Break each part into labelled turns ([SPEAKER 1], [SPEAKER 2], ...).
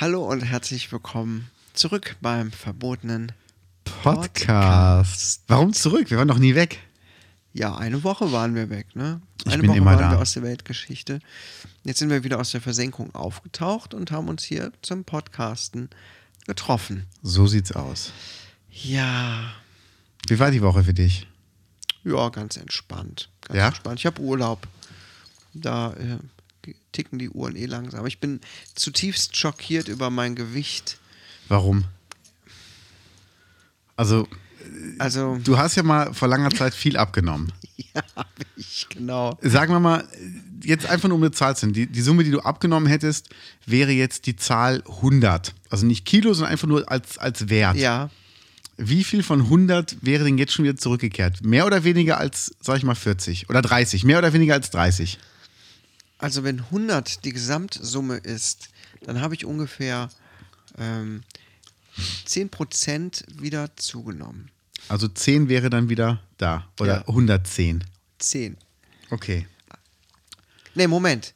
[SPEAKER 1] Hallo und herzlich willkommen zurück beim verbotenen
[SPEAKER 2] Podcast. Warum zurück? Wir waren noch nie weg.
[SPEAKER 1] Ja, eine Woche waren wir weg, ne?
[SPEAKER 2] Ich
[SPEAKER 1] Eine
[SPEAKER 2] bin
[SPEAKER 1] Woche
[SPEAKER 2] immer
[SPEAKER 1] waren
[SPEAKER 2] da.
[SPEAKER 1] wir aus der Weltgeschichte. Jetzt sind wir wieder aus der Versenkung aufgetaucht und haben uns hier zum Podcasten getroffen.
[SPEAKER 2] So sieht's aus.
[SPEAKER 1] Ja,
[SPEAKER 2] Wie war die Woche für dich?
[SPEAKER 1] ja, ganz entspannt. Ganz
[SPEAKER 2] Ja?
[SPEAKER 1] entspannt. Ich habe Urlaub. Da äh, ge- ticken die Uhren eh langsam. Ich bin zutiefst schockiert über mein Gewicht.
[SPEAKER 2] Warum? Also,
[SPEAKER 1] Also,
[SPEAKER 2] du hast ja mal vor langer Zeit viel abgenommen.
[SPEAKER 1] ja, hab ich, genau.
[SPEAKER 2] Sagen wir mal, jetzt einfach nur um eine Zahl zu nennen. Die, die Summe, die du abgenommen hättest, wäre jetzt die Zahl 100. Also nicht Kilo, sondern einfach nur als, als Wert.
[SPEAKER 1] Ja,
[SPEAKER 2] Wie viel von 100 wäre denn jetzt schon wieder zurückgekehrt? Mehr oder weniger als, sag ich mal, 40 oder 30. Mehr oder weniger als 30.
[SPEAKER 1] Also wenn 100 die Gesamtsumme ist, dann habe ich ungefähr ähm, 10% wieder zugenommen.
[SPEAKER 2] Also 10 wäre dann wieder da. Oder
[SPEAKER 1] Ja.
[SPEAKER 2] 110.
[SPEAKER 1] 10.
[SPEAKER 2] Okay.
[SPEAKER 1] Nee, Moment.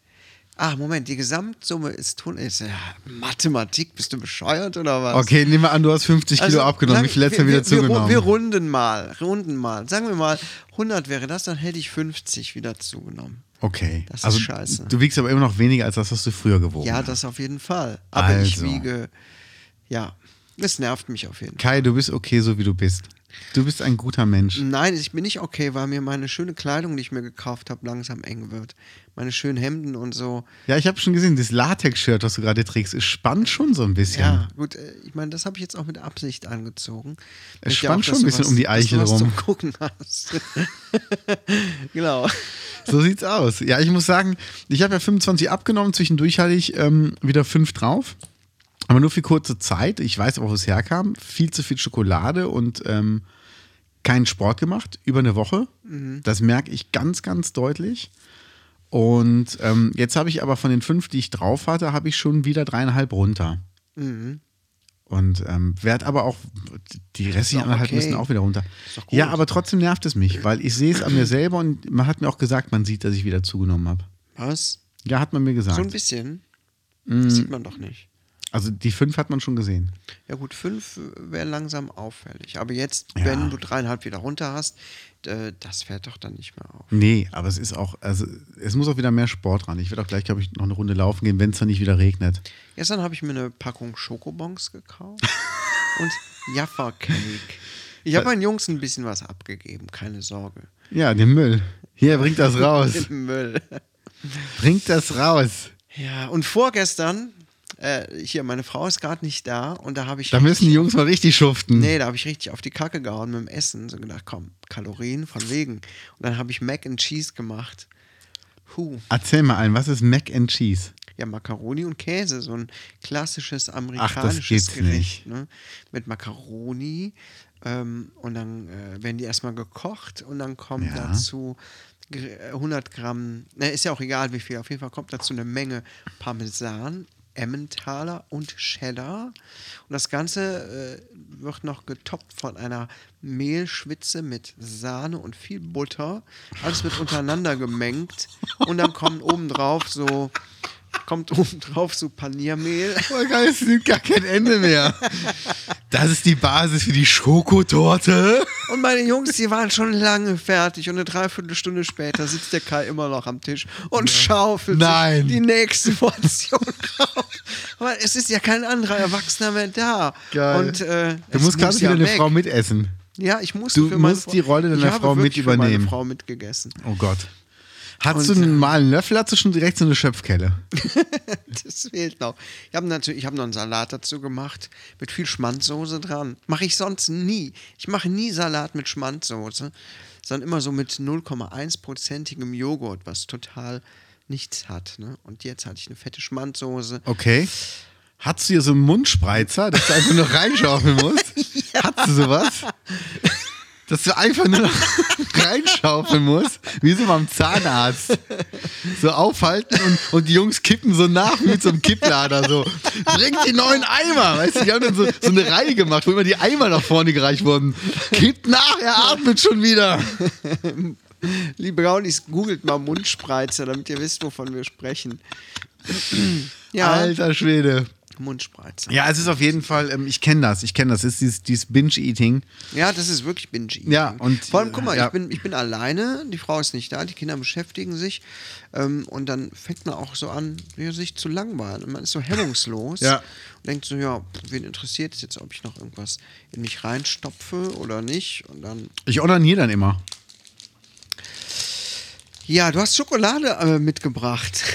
[SPEAKER 1] Ach, Moment, die Gesamtsumme ist, hun- ist äh, Mathematik, bist du bescheuert oder was?
[SPEAKER 2] Okay, nehmen wir an, du hast 50 Kilo
[SPEAKER 1] Also,
[SPEAKER 2] abgenommen.
[SPEAKER 1] sagen-
[SPEAKER 2] Wie viel hast du
[SPEAKER 1] wir-
[SPEAKER 2] wieder
[SPEAKER 1] wir-
[SPEAKER 2] zugenommen?
[SPEAKER 1] Wir, wir runden mal, runden mal. Sagen wir mal, 100 wäre das, dann hätte ich 50 wieder zugenommen.
[SPEAKER 2] okay.
[SPEAKER 1] Das ist
[SPEAKER 2] also,
[SPEAKER 1] scheiße.
[SPEAKER 2] Du wiegst aber immer noch weniger als das, was du früher gewogen
[SPEAKER 1] Ja,
[SPEAKER 2] hast.
[SPEAKER 1] das auf jeden Fall. Aber ich
[SPEAKER 2] Also.
[SPEAKER 1] wiege, ja, es nervt mich auf jeden Fall.
[SPEAKER 2] Kai, du bist okay, so wie du bist. Du bist ein guter Mensch.
[SPEAKER 1] Nein, ich bin nicht okay, weil mir meine schöne Kleidung, die ich mir gekauft habe, langsam eng wird. Meine schönen Hemden und so.
[SPEAKER 2] Ja, ich habe schon gesehen, das Latex-Shirt, was du gerade trägst, es spannt schon so ein bisschen.
[SPEAKER 1] Ja, gut, äh, ich meine, das habe ich jetzt auch mit Absicht angezogen.
[SPEAKER 2] Es
[SPEAKER 1] Ich glaube,
[SPEAKER 2] spannt schon
[SPEAKER 1] dass
[SPEAKER 2] ein
[SPEAKER 1] du
[SPEAKER 2] bisschen
[SPEAKER 1] was-
[SPEAKER 2] um die
[SPEAKER 1] dass du
[SPEAKER 2] Eichel
[SPEAKER 1] was
[SPEAKER 2] rum.
[SPEAKER 1] Zum Gucken hast. genau.
[SPEAKER 2] So sieht's aus. Ja, ich muss sagen, ich habe ja 25 abgenommen, zwischendurch hatte ich ähm, wieder 5 drauf. Aber nur für kurze Zeit. Ich weiß aber, wo es herkam. Viel zu viel Schokolade und ähm, keinen Sport gemacht, über eine Woche. Das merke ich ganz, ganz deutlich. Und ähm, jetzt habe ich aber von den fünf, die ich drauf hatte, habe ich schon wieder dreieinhalb runter. Und ähm, werd aber auch, die restlichen
[SPEAKER 1] doch
[SPEAKER 2] anderthalb
[SPEAKER 1] okay.
[SPEAKER 2] müssen auch wieder runter.
[SPEAKER 1] Ist doch gut.
[SPEAKER 2] Ja, aber trotzdem nervt es mich, weil ich sehe es an mir selber und man hat mir auch gesagt, man sieht, dass ich wieder zugenommen habe.
[SPEAKER 1] Was?
[SPEAKER 2] Ja, hat man mir gesagt.
[SPEAKER 1] So ein bisschen?
[SPEAKER 2] Mm.
[SPEAKER 1] Das sieht man doch nicht.
[SPEAKER 2] Also die fünf hat man schon gesehen.
[SPEAKER 1] Ja gut, fünf wäre langsam auffällig. Aber jetzt,
[SPEAKER 2] Ja.
[SPEAKER 1] wenn du dreieinhalb wieder runter hast, äh, das fällt doch dann nicht mehr auf.
[SPEAKER 2] Nee, aber es ist auch, also es muss auch wieder mehr Sport ran. Ich werde auch gleich, glaube ich, noch eine Runde laufen gehen, wenn es dann nicht wieder regnet.
[SPEAKER 1] Gestern habe ich mir eine Packung Schokobons gekauft und Jaffa Cake. Ich
[SPEAKER 2] Äh.
[SPEAKER 1] habe meinen Jungs ein bisschen was abgegeben, keine Sorge.
[SPEAKER 2] Ja, den Müll. Hier, bringt das Also raus.
[SPEAKER 1] Im Müll.
[SPEAKER 2] bringt das raus.
[SPEAKER 1] Ja, und vorgestern, äh, hier, meine Frau ist gerade nicht da und da habe ich.
[SPEAKER 2] Da müssen die Jungs mal richtig schuften.
[SPEAKER 1] Nee, da habe ich richtig auf die Kacke gehauen mit dem Essen. So gedacht, komm, Kalorien von wegen. Und dann habe ich Mac and Cheese gemacht. Huh.
[SPEAKER 2] Erzähl mal allen, was ist Mac and Cheese?
[SPEAKER 1] Ja, Macaroni und Käse, so ein klassisches amerikanisches
[SPEAKER 2] gibt's
[SPEAKER 1] Gericht. Ne? Mit Macaroni ähm, und dann äh, werden die erstmal gekocht und dann kommen
[SPEAKER 2] Ja.
[SPEAKER 1] dazu ge- äh, 100 Gramm, ne, ist ja auch egal wie viel, auf jeden Fall kommt dazu eine Menge Parmesan, Emmentaler und Cheddar und das Ganze äh, wird noch getoppt von einer Mehlschwitze mit Sahne und viel Butter. Alles wird untereinander gemengt und dann kommen obendrauf so kommt obendrauf so Paniermehl.
[SPEAKER 2] Voll geil, es nimmt gar kein Ende mehr. Das ist die Basis für die Schokotorte.
[SPEAKER 1] Und meine Jungs, die waren schon lange fertig. Und eine Dreiviertelstunde später sitzt der Kai immer noch am Tisch und schaufelt sich
[SPEAKER 2] Nein.
[SPEAKER 1] die nächste Portion raus. Aber es ist ja kein anderer Erwachsener mehr da.
[SPEAKER 2] Geil.
[SPEAKER 1] Und, äh,
[SPEAKER 2] Du
[SPEAKER 1] es
[SPEAKER 2] musst
[SPEAKER 1] muss
[SPEAKER 2] gerade wieder
[SPEAKER 1] ja
[SPEAKER 2] eine
[SPEAKER 1] weg.
[SPEAKER 2] Frau mitessen.
[SPEAKER 1] Ja, ich musste
[SPEAKER 2] Du
[SPEAKER 1] für meine
[SPEAKER 2] musst
[SPEAKER 1] Frau-
[SPEAKER 2] die Rolle deiner
[SPEAKER 1] ich habe
[SPEAKER 2] Frau mit
[SPEAKER 1] wirklich für
[SPEAKER 2] übernehmen.
[SPEAKER 1] Meine Frau mitgegessen.
[SPEAKER 2] Oh Gott. Hattest
[SPEAKER 1] Und, äh,
[SPEAKER 2] du einen normalen Löffel, hattest du schon direkt so eine Schöpfkelle.
[SPEAKER 1] Das fehlt noch. Ich habe natürlich, ich habe noch einen Salat dazu gemacht mit viel Schmandsoße dran. Mache ich sonst nie. Ich mache nie Salat mit Schmandsoße, sondern immer so mit 0,1-prozentigem Joghurt, was total nichts hat. Ne? Und jetzt hatte ich eine fette Schmandsoße.
[SPEAKER 2] Okay. Hattest du hier so einen Mundspreizer, dass du einfach nur reinschaufeln musst? Hattest du sowas? dass du einfach nur noch reinschaufeln musst, wie so beim Zahnarzt. So aufhalten und, und die Jungs kippen so nach wie mit so einem Kipplader. So, bringt die neuen Eimer. Weißt du, die haben dann so, so eine Reihe gemacht, wo immer die Eimer nach vorne gereicht wurden. Kippt nach, er atmet schon wieder.
[SPEAKER 1] Liebe Brownies, googelt mal Mundspreizer, damit ihr wisst, wovon wir sprechen. ja,
[SPEAKER 2] Alter Schwede.
[SPEAKER 1] Mundspreizer.
[SPEAKER 2] Ja, es ist auf jeden Fall, ähm, ich kenne das, ich kenne das. Es ist dieses, dieses Binge-Eating.
[SPEAKER 1] Ja, das ist wirklich binge -Eating.
[SPEAKER 2] Ja, und-
[SPEAKER 1] Vor allem, guck mal,
[SPEAKER 2] ja.
[SPEAKER 1] ich, bin, ich bin alleine, die Frau ist nicht da, die Kinder beschäftigen sich ähm, und dann fängt man auch so an, ja, sich zu langweilen. Und man ist so hemmungslos
[SPEAKER 2] Ja.
[SPEAKER 1] und denkt so, ja, pff, wen interessiert es jetzt, ob ich noch irgendwas in mich reinstopfe oder nicht? Und dann,
[SPEAKER 2] Ich ordniere dann immer.
[SPEAKER 1] ja, du hast Schokolade äh, mitgebracht.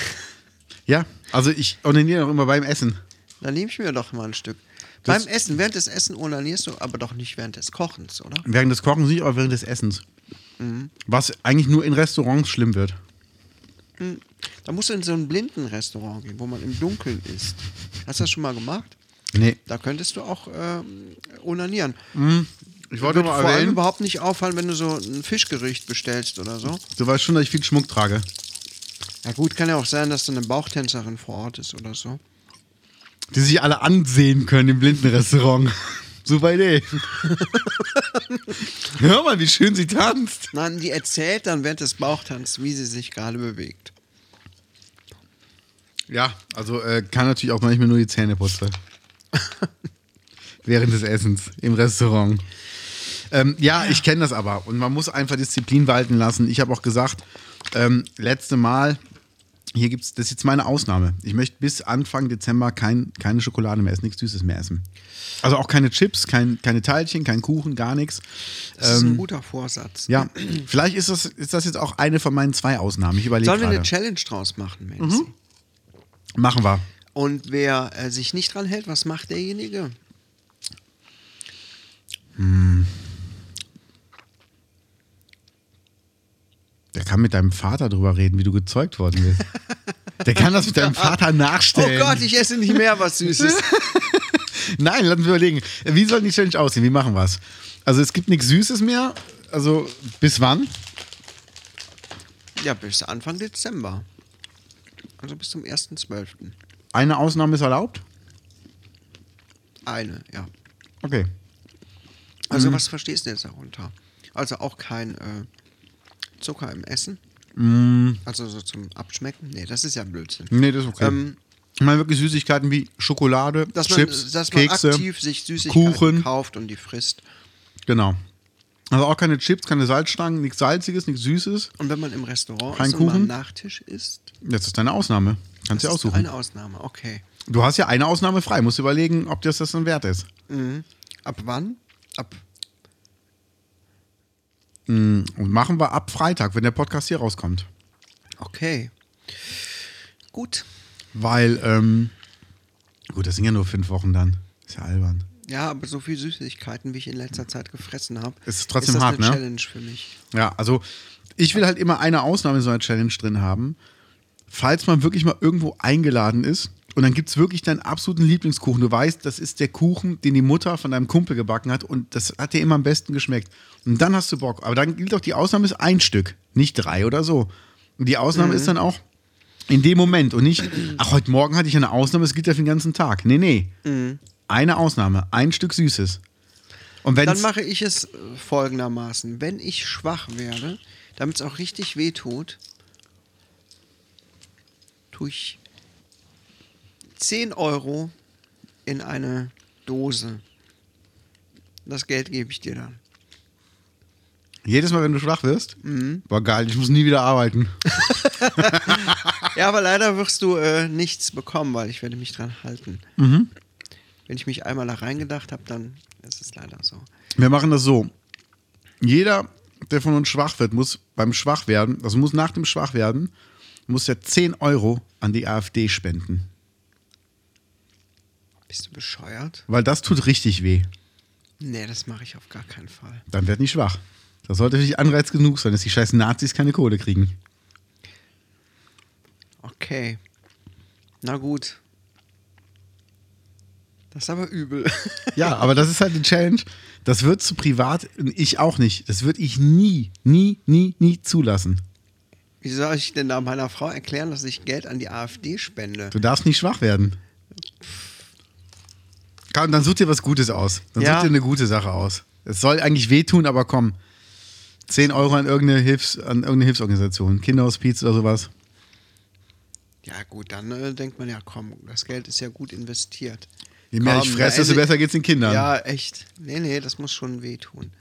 [SPEAKER 2] Ja, also ich ordiniere auch immer beim Essen.
[SPEAKER 1] Dann nehme ich mir doch mal ein Stück.
[SPEAKER 2] Das-
[SPEAKER 1] Beim Essen, während des Essen onanierst du, aber doch nicht während des Kochens, oder?
[SPEAKER 2] Während des Kochens nicht, aber während des Essens.
[SPEAKER 1] Mhm.
[SPEAKER 2] Was eigentlich nur in Restaurants schlimm wird.
[SPEAKER 1] Da musst du in so ein Blindenrestaurant gehen, wo man im Dunkeln isst. Hast du das schon mal gemacht?
[SPEAKER 2] Nee.
[SPEAKER 1] Da könntest du auch ähm, onanieren.
[SPEAKER 2] Ich
[SPEAKER 1] Wird
[SPEAKER 2] wollte nur
[SPEAKER 1] vor allem
[SPEAKER 2] genau erwähnen,
[SPEAKER 1] überhaupt nicht auffallen, wenn du so ein Fischgericht bestellst oder so.
[SPEAKER 2] du weißt schon, dass ich viel Schmuck trage.
[SPEAKER 1] Ja gut, kann ja auch sein, dass da eine Bauchtänzerin vor Ort ist oder so.
[SPEAKER 2] Die sich alle ansehen können im Blindenrestaurant. Super Idee. Hör mal, wie schön sie tanzt.
[SPEAKER 1] Nein, die erzählt dann während des Bauchtanz, wie sie sich gerade bewegt.
[SPEAKER 2] Ja, also äh, kann natürlich auch manchmal nur die Zähne putzen. Während des Essens im Restaurant. Ähm, ja, ich kenne das aber. Und man muss einfach Disziplin walten lassen. Ich habe auch gesagt, ähm, letzte Mal, hier gibt's, das ist jetzt meine Ausnahme. Ich möchte bis Anfang Dezember kein, keine Schokolade mehr essen, nichts Süßes mehr essen. Also auch keine Chips, kein, keine Teilchen, kein Kuchen, gar nichts.
[SPEAKER 1] Das ist ein guter Vorsatz.
[SPEAKER 2] Ähm, Ja, vielleicht ist das, ist das jetzt auch eine von meinen zwei Ausnahmen. Ich überlege
[SPEAKER 1] Sollen wir eine
[SPEAKER 2] gerade.
[SPEAKER 1] Challenge draus machen, Menzi?
[SPEAKER 2] Mhm. Machen wir.
[SPEAKER 1] Und wer äh, sich nicht dran hält, was macht derjenige?
[SPEAKER 2] Der kann mit deinem Vater drüber reden, wie du gezeugt worden bist. Der kann das mit deinem Vater nachstellen.
[SPEAKER 1] Oh Gott, ich esse nicht mehr was Süßes.
[SPEAKER 2] Nein, lass uns überlegen. Wie soll die Challenge aussehen? Wie machen wir es? Also es gibt nichts Süßes mehr. Also bis wann?
[SPEAKER 1] ja, bis Anfang Dezember. Also bis zum 1.12.
[SPEAKER 2] Eine Ausnahme ist erlaubt?
[SPEAKER 1] Eine, ja.
[SPEAKER 2] Okay. Mhm.
[SPEAKER 1] Also was verstehst du jetzt darunter? Also auch kein äh, Zucker im Essen?
[SPEAKER 2] Mhm.
[SPEAKER 1] Also so zum Abschmecken? Nee, das ist ja Blödsinn.
[SPEAKER 2] Nee, das ist okay.
[SPEAKER 1] Ähm,
[SPEAKER 2] ich meine wirklich Süßigkeiten wie Schokolade,
[SPEAKER 1] Dass man,
[SPEAKER 2] Chips,
[SPEAKER 1] dass man
[SPEAKER 2] Kekse,
[SPEAKER 1] aktiv sich Süßigkeiten
[SPEAKER 2] Kuchen.
[SPEAKER 1] kauft und die frisst.
[SPEAKER 2] Genau. Also auch keine Chips, keine Salzstangen, nichts Salziges, nichts Süßes.
[SPEAKER 1] Und wenn man im Restaurant
[SPEAKER 2] Kein
[SPEAKER 1] ist und mal einen
[SPEAKER 2] Kuchen?
[SPEAKER 1] Nachtisch isst,
[SPEAKER 2] Jetzt ist deine Ausnahme. Kannst du
[SPEAKER 1] das ist
[SPEAKER 2] aussuchen.
[SPEAKER 1] eine Ausnahme, okay.
[SPEAKER 2] Du hast ja eine Ausnahme frei. Musst überlegen, ob das das dann wert ist.
[SPEAKER 1] Ab wann? Ab
[SPEAKER 2] Und machen wir ab Freitag, wenn der Podcast hier rauskommt.
[SPEAKER 1] Okay. Gut.
[SPEAKER 2] Weil, ähm, gut, das sind ja nur fünf Wochen dann. Ist ja albern.
[SPEAKER 1] Ja, aber so viel Süßigkeiten, wie ich in letzter Zeit gefressen habe,
[SPEAKER 2] Ist trotzdem
[SPEAKER 1] das
[SPEAKER 2] hart,
[SPEAKER 1] eine
[SPEAKER 2] ne?
[SPEAKER 1] Challenge für mich.
[SPEAKER 2] Ja, also ich will halt immer eine Ausnahme in so einer Challenge drin haben. Falls man wirklich mal irgendwo eingeladen ist und dann gibt es wirklich deinen absoluten Lieblingskuchen. Du weißt, das ist der Kuchen, den die Mutter von deinem Kumpel gebacken hat und das hat dir immer am besten geschmeckt. Und dann hast du Bock. Aber dann gilt auch, die Ausnahme ist ein Stück, nicht drei oder so. Und die Ausnahme ist dann auch in dem Moment und nicht, ach, heute Morgen hatte ich eine Ausnahme, es gilt ja für den ganzen Tag. Nee, nee. Eine Ausnahme, ein Stück Süßes. Und wenn
[SPEAKER 1] Dann mache ich es äh, folgendermaßen. Wenn ich schwach werde, damit es auch richtig weh tut, tue ich 10 Euro in eine Dose. Das Geld gebe ich dir dann.
[SPEAKER 2] Jedes Mal, wenn du schwach wirst? War geil, ich muss nie wieder arbeiten.
[SPEAKER 1] Ja, aber leider wirst du äh, nichts bekommen, weil ich werde mich dran halten. Wenn ich mich einmal da reingedacht habe, dann ist es leider so.
[SPEAKER 2] Wir machen das so. Jeder, der von uns schwach wird, muss beim Schwachwerden, also muss nach dem Schwachwerden, muss er 10 Euro an die AfD spenden.
[SPEAKER 1] Bist du bescheuert?
[SPEAKER 2] Weil das tut richtig weh.
[SPEAKER 1] Nee, das mache ich auf gar keinen Fall.
[SPEAKER 2] Dann werd nicht schwach. Das sollte natürlich Anreiz genug sein, dass die scheiß Nazis keine Kohle kriegen.
[SPEAKER 1] Okay. Na gut. Das ist aber übel.
[SPEAKER 2] Ja, aber das ist halt die Challenge. Das wird zu privat, ich auch nicht. Das würde ich nie, nie, nie, nie zulassen.
[SPEAKER 1] Wie soll ich denn da meiner Frau erklären, dass ich Geld an die AfD spende?
[SPEAKER 2] Du darfst nicht schwach werden. Komm, dann such dir was Gutes aus. Dann
[SPEAKER 1] Ja.
[SPEAKER 2] such dir eine gute Sache aus. Es soll eigentlich wehtun, aber komm. 10 Euro an irgendeine, Hilfs-, an irgendeine Hilfsorganisation, Kinderhospiz oder sowas.
[SPEAKER 1] Ja, gut, dann äh, denkt man ja, komm, das Geld ist ja gut investiert.
[SPEAKER 2] Je mehr
[SPEAKER 1] Komm,
[SPEAKER 2] ich
[SPEAKER 1] da
[SPEAKER 2] fresse, desto
[SPEAKER 1] ende-
[SPEAKER 2] besser geht's den Kindern.
[SPEAKER 1] Ja, echt. Nee, nee, das muss schon wehtun.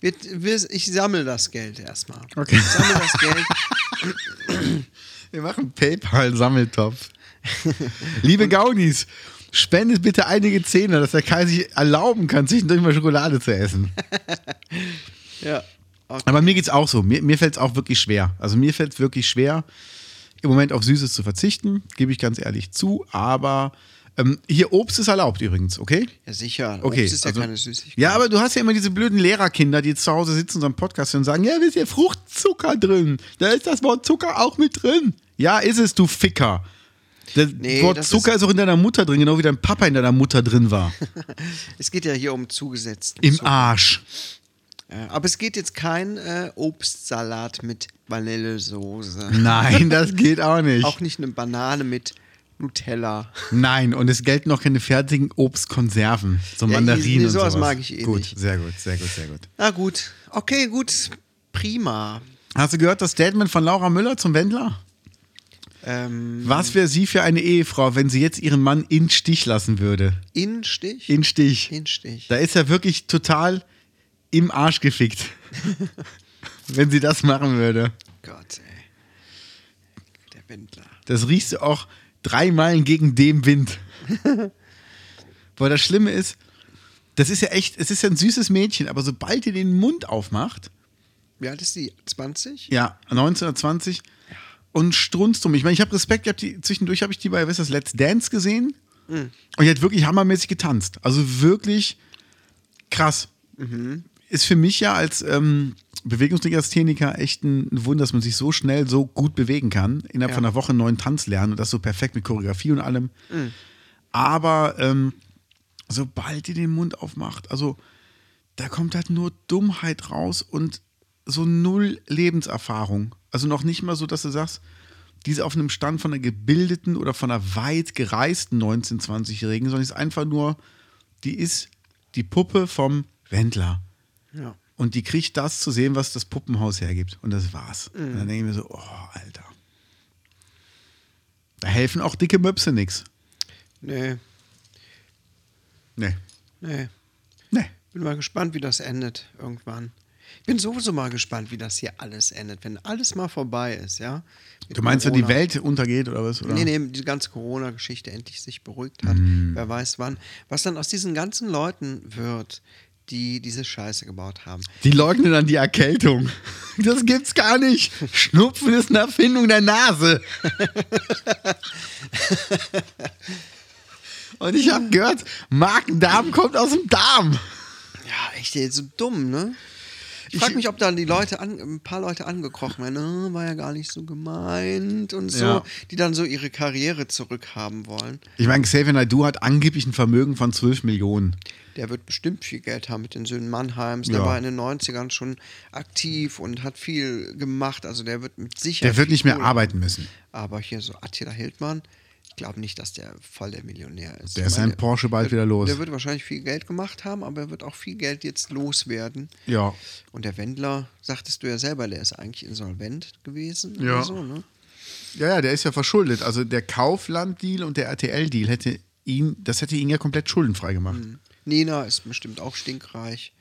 [SPEAKER 1] Wir, wir, ich sammle das Geld erstmal.
[SPEAKER 2] Okay.
[SPEAKER 1] Ich sammle das Geld.
[SPEAKER 2] Wir machen PayPal-Sammeltopf. Liebe Gaunis, spendet bitte einige Zähne, dass der Kai sich erlauben kann, zwischendurch mal Schokolade zu essen.
[SPEAKER 1] Ja. Okay.
[SPEAKER 2] Aber mir geht's auch so. Mir, mir fällt's auch wirklich schwer. Also mir fällt's wirklich schwer, im Moment auf Süßes zu verzichten, gebe ich ganz ehrlich zu. Aber ähm, hier Obst ist erlaubt übrigens, okay?
[SPEAKER 1] Ja, sicher.
[SPEAKER 2] Okay.
[SPEAKER 1] Obst ist ja
[SPEAKER 2] also-
[SPEAKER 1] keine Süßigkeit.
[SPEAKER 2] Ja, aber du hast ja immer diese blöden Lehrerkinder, die zu Hause sitzen und so einen Podcast hören und sagen, ja, da ist ja Fruchtzucker drin. Da ist das Wort Zucker auch mit drin. Ja, ist es, du Ficker. Das
[SPEAKER 1] Nee,
[SPEAKER 2] Wort
[SPEAKER 1] das
[SPEAKER 2] Zucker ist, auch in deiner Mutter drin, genau wie dein Papa in deiner Mutter drin war.
[SPEAKER 1] Es geht ja hier um zugesetzten
[SPEAKER 2] Im
[SPEAKER 1] Zucker.
[SPEAKER 2] Arsch.
[SPEAKER 1] Ja, Äh, Aber es geht jetzt kein äh, Obstsalat mit Vanillesoße.
[SPEAKER 2] Nein, das geht auch nicht.
[SPEAKER 1] Auch nicht eine Banane mit Nutella.
[SPEAKER 2] Nein, und es gelten noch keine fertigen Obstkonserven, so
[SPEAKER 1] Ja,
[SPEAKER 2] Mandarinen
[SPEAKER 1] nee,
[SPEAKER 2] und
[SPEAKER 1] sowas
[SPEAKER 2] sowas.
[SPEAKER 1] mag ich eh
[SPEAKER 2] gut,
[SPEAKER 1] nicht.
[SPEAKER 2] sehr gut, sehr gut, sehr gut.
[SPEAKER 1] Na gut. Okay, gut. Prima.
[SPEAKER 2] Hast du gehört das Statement von Laura Müller zum Wendler?
[SPEAKER 1] Ähm,
[SPEAKER 2] Was wäre sie für eine Ehefrau, wenn sie jetzt ihren Mann in Stich lassen würde?
[SPEAKER 1] Innenstich?
[SPEAKER 2] In Stich.
[SPEAKER 1] Innenstich.
[SPEAKER 2] Da ist er wirklich total im Arsch gefickt. wenn sie das machen würde.
[SPEAKER 1] Gott, ey. Der Wendler.
[SPEAKER 2] Das riechst du auch drei Meilen gegen dem Wind. Weil das Schlimme ist, das ist ja echt, es ist ja ein süßes Mädchen, aber sobald ihr den Mund aufmacht,
[SPEAKER 1] Wie alt ist die? 20?
[SPEAKER 2] Ja, 1920. Und strunzt um. Ich meine, ich habe Respekt gehabt, die, zwischendurch habe ich die bei, was ist das, Let's Dance gesehen. Und die hat wirklich hammermäßig getanzt. Also wirklich krass. Ist für mich ja als ähm, Bewegungslegastheniker echt ein Wunder, dass man sich so schnell so gut bewegen kann. Innerhalb
[SPEAKER 1] Ja.
[SPEAKER 2] von einer Woche einen neuen Tanz lernen und das so perfekt mit Choreografie und allem. Aber ähm, sobald die den Mund aufmacht, also da kommt halt nur Dummheit raus und so null Lebenserfahrung. Also noch nicht mal so, dass du sagst, die ist auf einem Stand von einer gebildeten oder von einer weit gereisten 19-, 20-Jährigen, sondern die ist einfach nur, die ist die Puppe vom Wendler.
[SPEAKER 1] Ja.
[SPEAKER 2] Und die kriegt das zu sehen, was das Puppenhaus hergibt. Und das war's.
[SPEAKER 1] Mhm.
[SPEAKER 2] Und dann denke ich mir so, oh, Alter. Da helfen auch dicke Möpse nix.
[SPEAKER 1] Nee,
[SPEAKER 2] Nee.
[SPEAKER 1] nee.
[SPEAKER 2] Nee.
[SPEAKER 1] Bin mal gespannt, wie das endet irgendwann. Ich bin sowieso mal gespannt, wie das hier alles endet, wenn alles mal vorbei ist, ja? Mit
[SPEAKER 2] Du meinst, wenn die
[SPEAKER 1] Corona.
[SPEAKER 2] Welt untergeht oder was? Oder?
[SPEAKER 1] Nee, nee, die ganze Corona-Geschichte endlich sich beruhigt hat.
[SPEAKER 2] Hm.
[SPEAKER 1] Wer weiß wann. Was dann aus diesen ganzen Leuten wird, die diese Scheiße gebaut haben.
[SPEAKER 2] Die leugnen dann die Erkältung. Das gibt's gar nicht. Schnupfen ist eine Erfindung der Nase. Und ich habe gehört, Magen-Darm kommt aus dem Darm.
[SPEAKER 1] Ja, echt, ey, so dumm, ne? Ich
[SPEAKER 2] Ich-
[SPEAKER 1] frage mich, ob da die Leute an, ein paar Leute angekrochen werden. Äh, war ja gar nicht so gemeint und so,
[SPEAKER 2] Ja.
[SPEAKER 1] die dann so ihre Karriere zurückhaben wollen.
[SPEAKER 2] Ich meine, Xavier Naidoo hat angeblich ein Vermögen von 12 Millionen.
[SPEAKER 1] Der wird bestimmt viel Geld haben mit den Söhnen Mannheims.
[SPEAKER 2] Ja.
[SPEAKER 1] Der war in den 90ern schon aktiv und hat viel gemacht. Also der wird mit Sicherheit.
[SPEAKER 2] Der wird
[SPEAKER 1] viel
[SPEAKER 2] nicht mehr
[SPEAKER 1] Kohle-
[SPEAKER 2] arbeiten müssen.
[SPEAKER 1] Aber hier so Attila Hildmann, ich glaube nicht, dass der voll der Millionär ist.
[SPEAKER 2] Der
[SPEAKER 1] Ich
[SPEAKER 2] ist sein Porsche bald
[SPEAKER 1] der,
[SPEAKER 2] wieder los.
[SPEAKER 1] Der wird wahrscheinlich viel Geld gemacht haben, aber er wird auch viel Geld jetzt loswerden.
[SPEAKER 2] Ja.
[SPEAKER 1] Und der Wendler, sagtest du ja selber, der ist eigentlich insolvent gewesen.
[SPEAKER 2] Ja.
[SPEAKER 1] Oder so, ne?
[SPEAKER 2] Ja, ja, der ist ja verschuldet. Also der Kaufland-Deal und der RTL-Deal hätte ihn, das hätte ihn ja komplett schuldenfrei gemacht.
[SPEAKER 1] Nina ist bestimmt auch stinkreich.